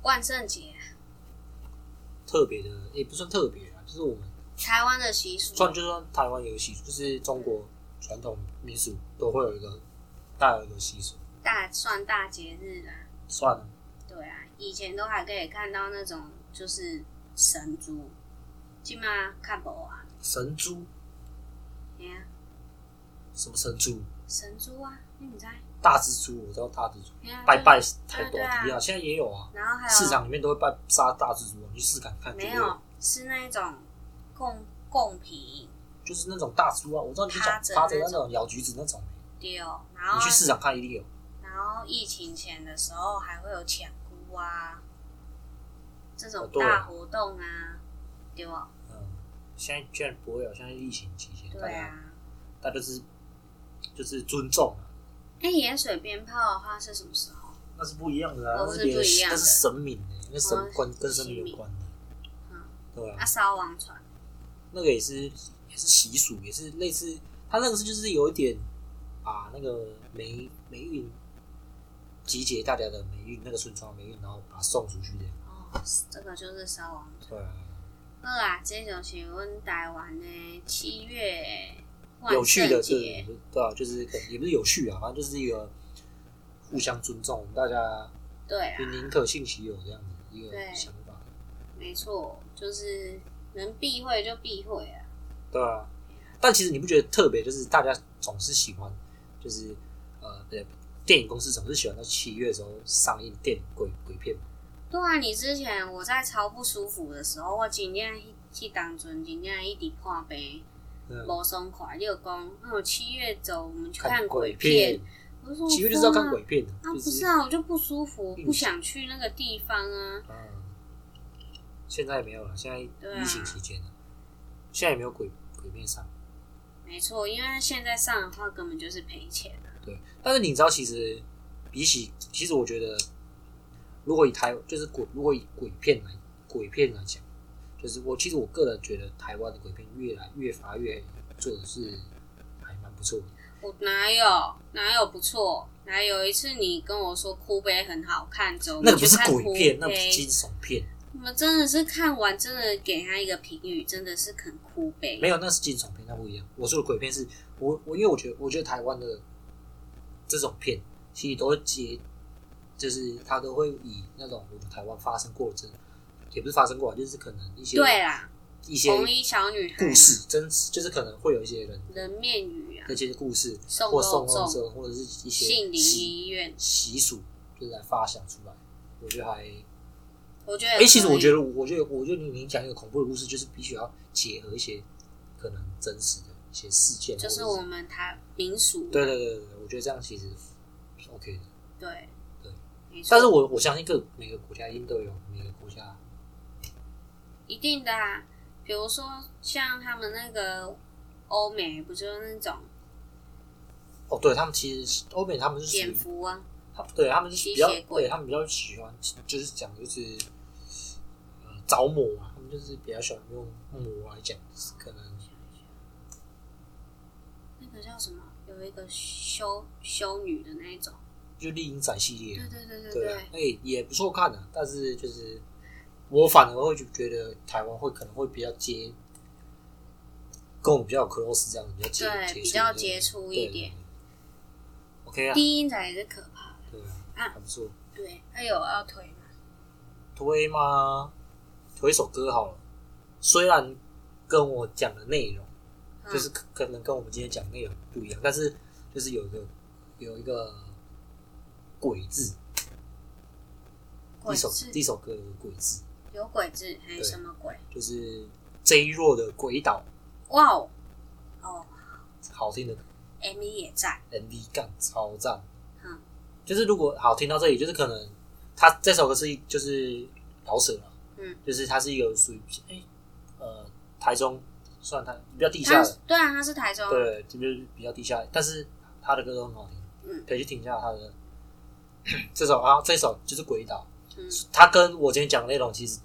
[SPEAKER 2] 万圣节啊，
[SPEAKER 1] 特别的，也不算特别啊，就是我们
[SPEAKER 2] 台湾的习俗，
[SPEAKER 1] 算就算台湾有习俗，就是中国传统民俗都会有一个大有一个习俗，
[SPEAKER 2] 大算大节日啦、
[SPEAKER 1] 算了，
[SPEAKER 2] 对啊，以前都还可以看到那种就是神猪，今嘛看不啊，
[SPEAKER 1] 神猪
[SPEAKER 2] 哎呀，
[SPEAKER 1] 什么神猪，
[SPEAKER 2] 神猪啊，你不知道？
[SPEAKER 1] 大蜘蛛，我知道大蜘蛛，
[SPEAKER 2] 哎呀
[SPEAKER 1] 拜。拜
[SPEAKER 2] 对
[SPEAKER 1] 太多
[SPEAKER 2] 对啊
[SPEAKER 1] 迪亚，现在也有啊
[SPEAKER 2] 就，然后还有
[SPEAKER 1] 市场里面都会拜杀大蜘蛛，你去市场看
[SPEAKER 2] 没
[SPEAKER 1] 就
[SPEAKER 2] 有？是那一种贡贡品
[SPEAKER 1] 就是那种大猪啊，我知道你是讲
[SPEAKER 2] 趴着
[SPEAKER 1] 趴着那
[SPEAKER 2] 那种哦
[SPEAKER 1] 种咬橘子那种，
[SPEAKER 2] 丢，然
[SPEAKER 1] 你
[SPEAKER 2] 后
[SPEAKER 1] 去市场看一定有，
[SPEAKER 2] 然后疫情前的时候还会有抢菇啊这
[SPEAKER 1] 哦
[SPEAKER 2] 种
[SPEAKER 1] 对
[SPEAKER 2] 大活动啊，丢啊，
[SPEAKER 1] 嗯，现在居然不会有，现在疫情期间，大
[SPEAKER 2] 对
[SPEAKER 1] 家
[SPEAKER 2] 啊。
[SPEAKER 1] 大家就是就是尊重啊，
[SPEAKER 2] 哎，盐水鞭炮的话是什么时候？
[SPEAKER 1] 那是不一样的啊，
[SPEAKER 2] 哦
[SPEAKER 1] 那
[SPEAKER 2] 是
[SPEAKER 1] 别的
[SPEAKER 2] 不一样
[SPEAKER 1] 那
[SPEAKER 2] 的哦
[SPEAKER 1] 是神明的，那神关跟神明有关的，
[SPEAKER 2] 嗯，
[SPEAKER 1] 对
[SPEAKER 2] 啊，
[SPEAKER 1] 啊，
[SPEAKER 2] 烧王船，
[SPEAKER 1] 那个也是也是习俗，也是类啊似，他那个是就是有一点把那个霉霉运集结大家的霉运，那个村庄的霉运，然后把它送出去这样。
[SPEAKER 2] 哦，这个就是烧王船。
[SPEAKER 1] 对啊，
[SPEAKER 2] 好啦，这就是阮台湾的七月万
[SPEAKER 1] 有趣的
[SPEAKER 2] 圣
[SPEAKER 1] 是
[SPEAKER 2] 节，，
[SPEAKER 1] 对啊，就是可能也不是有趣啊，反正就是一个互相尊重，大家
[SPEAKER 2] 对
[SPEAKER 1] 就
[SPEAKER 2] 啊，
[SPEAKER 1] 宁可信其有这样子一个
[SPEAKER 2] 对
[SPEAKER 1] 想法。
[SPEAKER 2] 没错，就是能避讳就避讳啊。
[SPEAKER 1] 对啊，但其实你不觉得特别，就是大家总是喜欢，就是呃，对，电影公司总是喜欢到七月的时候上映电影鬼鬼片嘛。
[SPEAKER 2] 对啊，你之前我在超不舒服的时候，我真正去去当阵真正一直破病，
[SPEAKER 1] 嗯，
[SPEAKER 2] 无爽快。你有讲，嗯，七月走，我们去看
[SPEAKER 1] 鬼
[SPEAKER 2] 鬼片。，我说
[SPEAKER 1] 七月就是要看
[SPEAKER 2] 疯啊
[SPEAKER 1] 鬼片的，
[SPEAKER 2] 啊，
[SPEAKER 1] 就
[SPEAKER 2] 不是啊，我就不舒服，
[SPEAKER 1] 嗯
[SPEAKER 2] 不想去那个地方啊。
[SPEAKER 1] 嗯，现在没有了，现在
[SPEAKER 2] 对啊
[SPEAKER 1] 疫情期间了，现在也没有鬼鬼片上。
[SPEAKER 2] 没错，因为现在上的话根本就是赔钱。啊
[SPEAKER 1] 对，但是你知道，其实比起，其实我觉得，如果以台就是鬼，如果以鬼片来鬼片来讲，就是我其实我个人觉得台湾的鬼片越来越发越做的是还蛮不错的。
[SPEAKER 2] 我哪有哪有不错？哪有一次你跟我说哭悲很好看，走，
[SPEAKER 1] 那个
[SPEAKER 2] 我
[SPEAKER 1] 不
[SPEAKER 2] 们
[SPEAKER 1] 是
[SPEAKER 2] 去看
[SPEAKER 1] 鬼片，那
[SPEAKER 2] 哭
[SPEAKER 1] 不
[SPEAKER 2] 悲
[SPEAKER 1] 是惊悚片，
[SPEAKER 2] 我们真的是看完，真的给他一个评语，真的是很哭悲。
[SPEAKER 1] 没有，那是惊悚片，那不一样。我说的鬼片是我我因为我觉得我觉得台湾的这种片其实都会结，就是它都会以那种我们台湾发生过的真，也不是发生过啊，就是可能一些
[SPEAKER 2] 对啦，
[SPEAKER 1] 一些
[SPEAKER 2] 红衣小女孩
[SPEAKER 1] 故事，真实就是可能会有一些人
[SPEAKER 2] 人面鱼啊
[SPEAKER 1] 那，些故事，
[SPEAKER 2] 送
[SPEAKER 1] 或送
[SPEAKER 2] 肉
[SPEAKER 1] 送
[SPEAKER 2] 粽，
[SPEAKER 1] 者，或者是一些
[SPEAKER 2] 杏林
[SPEAKER 1] 习
[SPEAKER 2] 医院，
[SPEAKER 1] 习俗，就是来发想出来。我觉得还，
[SPEAKER 2] 我觉得
[SPEAKER 1] 哎、
[SPEAKER 2] 可以。
[SPEAKER 1] 其实我觉得，我觉得，我觉得你你讲一个恐怖的故事，就是必须要结合一些可能真实的一些事件，
[SPEAKER 2] 就是
[SPEAKER 1] 或者
[SPEAKER 2] 我们台民俗，
[SPEAKER 1] 对对对对，对我觉得这样其实是 OK 的。
[SPEAKER 2] 嗯对
[SPEAKER 1] 对
[SPEAKER 2] 没错
[SPEAKER 1] 但是我我相信各每个国家一定都有每个国家
[SPEAKER 2] 一定的啊。比如说像他们那个欧美，不就是那种
[SPEAKER 1] 哦，对他们其实欧美他们是属
[SPEAKER 2] 蝙
[SPEAKER 1] 于
[SPEAKER 2] 蝠啊？
[SPEAKER 1] 他对他们就是
[SPEAKER 2] 吸
[SPEAKER 1] 比较
[SPEAKER 2] 血鬼
[SPEAKER 1] 对他们比较喜欢，就是讲就是呃着魔啊，他们就是比较喜欢用魔来讲，可能
[SPEAKER 2] 那个叫什么？有一个修修女的那一种，
[SPEAKER 1] 就丽影仔系列
[SPEAKER 2] 对
[SPEAKER 1] 啊，
[SPEAKER 2] 对对对
[SPEAKER 1] 对
[SPEAKER 2] 对
[SPEAKER 1] 啊，，哎、也不错看的、啊，但是就是我反而会觉得台湾会可能会比较接。跟我们比较 close 这样，比较接
[SPEAKER 2] 对
[SPEAKER 1] 啊接触
[SPEAKER 2] 比较
[SPEAKER 1] 这个
[SPEAKER 2] 接触一
[SPEAKER 1] 对
[SPEAKER 2] 点。
[SPEAKER 1] 对对 OK 啊，
[SPEAKER 2] 低音仔也是可怕的。
[SPEAKER 1] 对
[SPEAKER 2] 啊
[SPEAKER 1] 啊，还不错。
[SPEAKER 2] 对，还有要推吗？
[SPEAKER 1] 推吗？推一首歌好了，虽然跟我讲的内容。
[SPEAKER 2] 嗯
[SPEAKER 1] 就是可可能跟我们今天讲的内容不一样，但是就是有一个有一个鬼字，第
[SPEAKER 2] 嗯鬼
[SPEAKER 1] 一首
[SPEAKER 2] 字
[SPEAKER 1] 第一首歌有个鬼字，
[SPEAKER 2] 有鬼字还是什么鬼？
[SPEAKER 1] 就是 J 若的《鬼岛
[SPEAKER 2] 哇哦，哦》，
[SPEAKER 1] 好听的
[SPEAKER 2] ，M V 也在，
[SPEAKER 1] MV 干超赞。
[SPEAKER 2] 嗯，
[SPEAKER 1] 就是如果好听到这里，就是可能他这首歌是一就是老舍了，
[SPEAKER 2] 嗯，
[SPEAKER 1] 就是它是一个属于哎、呃台中算它比较地下
[SPEAKER 2] 他
[SPEAKER 1] 的，
[SPEAKER 2] 对啊，他是台中，
[SPEAKER 1] 对，就是比较地下，但是他的歌都很好听，
[SPEAKER 2] 嗯
[SPEAKER 1] 可以去听一下他的这首啊，这首就是《鬼岛
[SPEAKER 2] 嗯》，
[SPEAKER 1] 他跟我今天讲的内容其实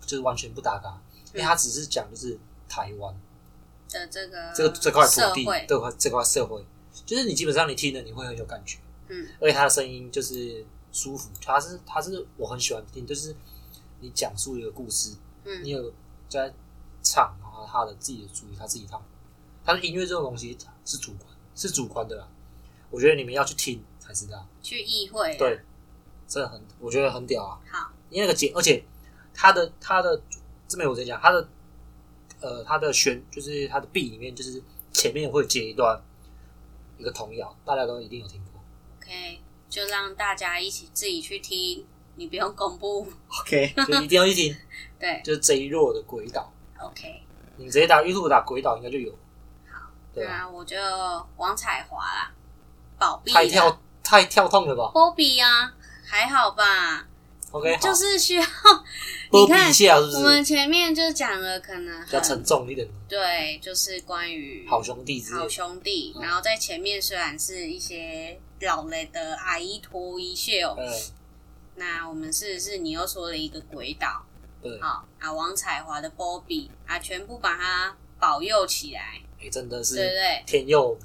[SPEAKER 1] 就是完全不搭嘎，因
[SPEAKER 2] 嗯
[SPEAKER 1] 为他只是讲就是台湾
[SPEAKER 2] 的这个
[SPEAKER 1] 这个这块
[SPEAKER 2] 嗯社
[SPEAKER 1] 土地，
[SPEAKER 2] 会，
[SPEAKER 1] 这块这块社会，就是你基本上你听了你会很有感觉，
[SPEAKER 2] 嗯，
[SPEAKER 1] 而且他的声音就是舒服，他是他是我很喜欢听，就是你讲述一个故事，
[SPEAKER 2] 嗯
[SPEAKER 1] 你有在唱，然后他的自己的主意，他自己唱。他的音乐这种东西是主观，是主观的啦。我觉得你们要去听才知道。
[SPEAKER 2] 去议会，，
[SPEAKER 1] 对，真的很，我觉得很屌啊！
[SPEAKER 2] 好，
[SPEAKER 1] 因为那个节，而且他的他的这边我在讲他的呃他的旋就是他的 B 里面就是前面会接一段一个童谣，大家都一定有听过。
[SPEAKER 2] OK，就让大家一起自己去听，你不用公布。
[SPEAKER 1] OK，就一定要去听，
[SPEAKER 2] 对
[SPEAKER 1] 就是 J 弱的《鬼岛
[SPEAKER 2] ，OK，》，
[SPEAKER 1] 你直接打 YouTube 打《鬼岛》应该就有。对啊，
[SPEAKER 2] 那我就王彩华啦，宝碧
[SPEAKER 1] 太
[SPEAKER 2] 啦
[SPEAKER 1] 跳太跳痛了吧？
[SPEAKER 2] ，Bobby 啊，还好吧，
[SPEAKER 1] OK，好
[SPEAKER 2] 就是需要
[SPEAKER 1] 波
[SPEAKER 2] 你
[SPEAKER 1] 比
[SPEAKER 2] 看
[SPEAKER 1] 一下是不
[SPEAKER 2] 我
[SPEAKER 1] 是
[SPEAKER 2] 们前面就讲了，可能
[SPEAKER 1] 比较
[SPEAKER 2] 很
[SPEAKER 1] 沉重一点的？
[SPEAKER 2] 对，就是关于
[SPEAKER 1] 好兄弟之类
[SPEAKER 2] 好
[SPEAKER 1] 的，
[SPEAKER 2] 兄弟，
[SPEAKER 1] 嗯
[SPEAKER 2] 然后在前面虽然是一些老雷的阿姨脱衣秀，
[SPEAKER 1] 嗯，
[SPEAKER 2] 那我们是是你又说了一个鬼岛，
[SPEAKER 1] 对，
[SPEAKER 2] 好啊，王彩华的波比啊，全部把它保佑起来，
[SPEAKER 1] 哎，真的
[SPEAKER 2] 对不
[SPEAKER 1] 是
[SPEAKER 2] 对？
[SPEAKER 1] 天佑。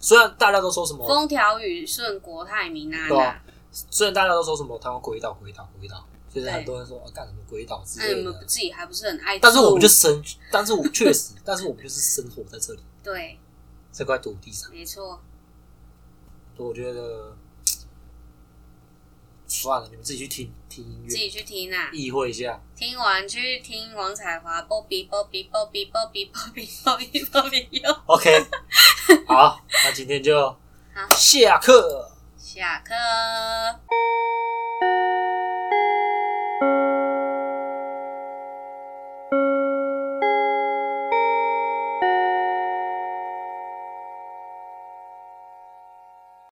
[SPEAKER 1] 虽然大家都说什么，
[SPEAKER 2] 风调雨顺，国泰民安
[SPEAKER 1] 对
[SPEAKER 2] 啊
[SPEAKER 1] 啊，虽然大家都说什么台湾鬼岛、鬼岛、鬼岛，就是
[SPEAKER 2] 对
[SPEAKER 1] 很多人说啊干什么鬼岛之
[SPEAKER 2] 那你
[SPEAKER 1] 类
[SPEAKER 2] 们
[SPEAKER 1] 的，
[SPEAKER 2] 自己还不是很爱住？
[SPEAKER 1] 但是我们就生，但是我确实，但是我们就是生活在这里
[SPEAKER 2] 对，
[SPEAKER 1] 这块土地上，
[SPEAKER 2] 没错，
[SPEAKER 1] 所以我觉得算了，你们自己去听听音
[SPEAKER 2] 自
[SPEAKER 1] 乐，
[SPEAKER 2] 己去听啊，
[SPEAKER 1] 意会一下。
[SPEAKER 2] 听完去听王彩华波比波比波比波比波比波比波比哟，
[SPEAKER 1] OK，好，那今天就
[SPEAKER 2] 好
[SPEAKER 1] 下课。
[SPEAKER 2] 下课。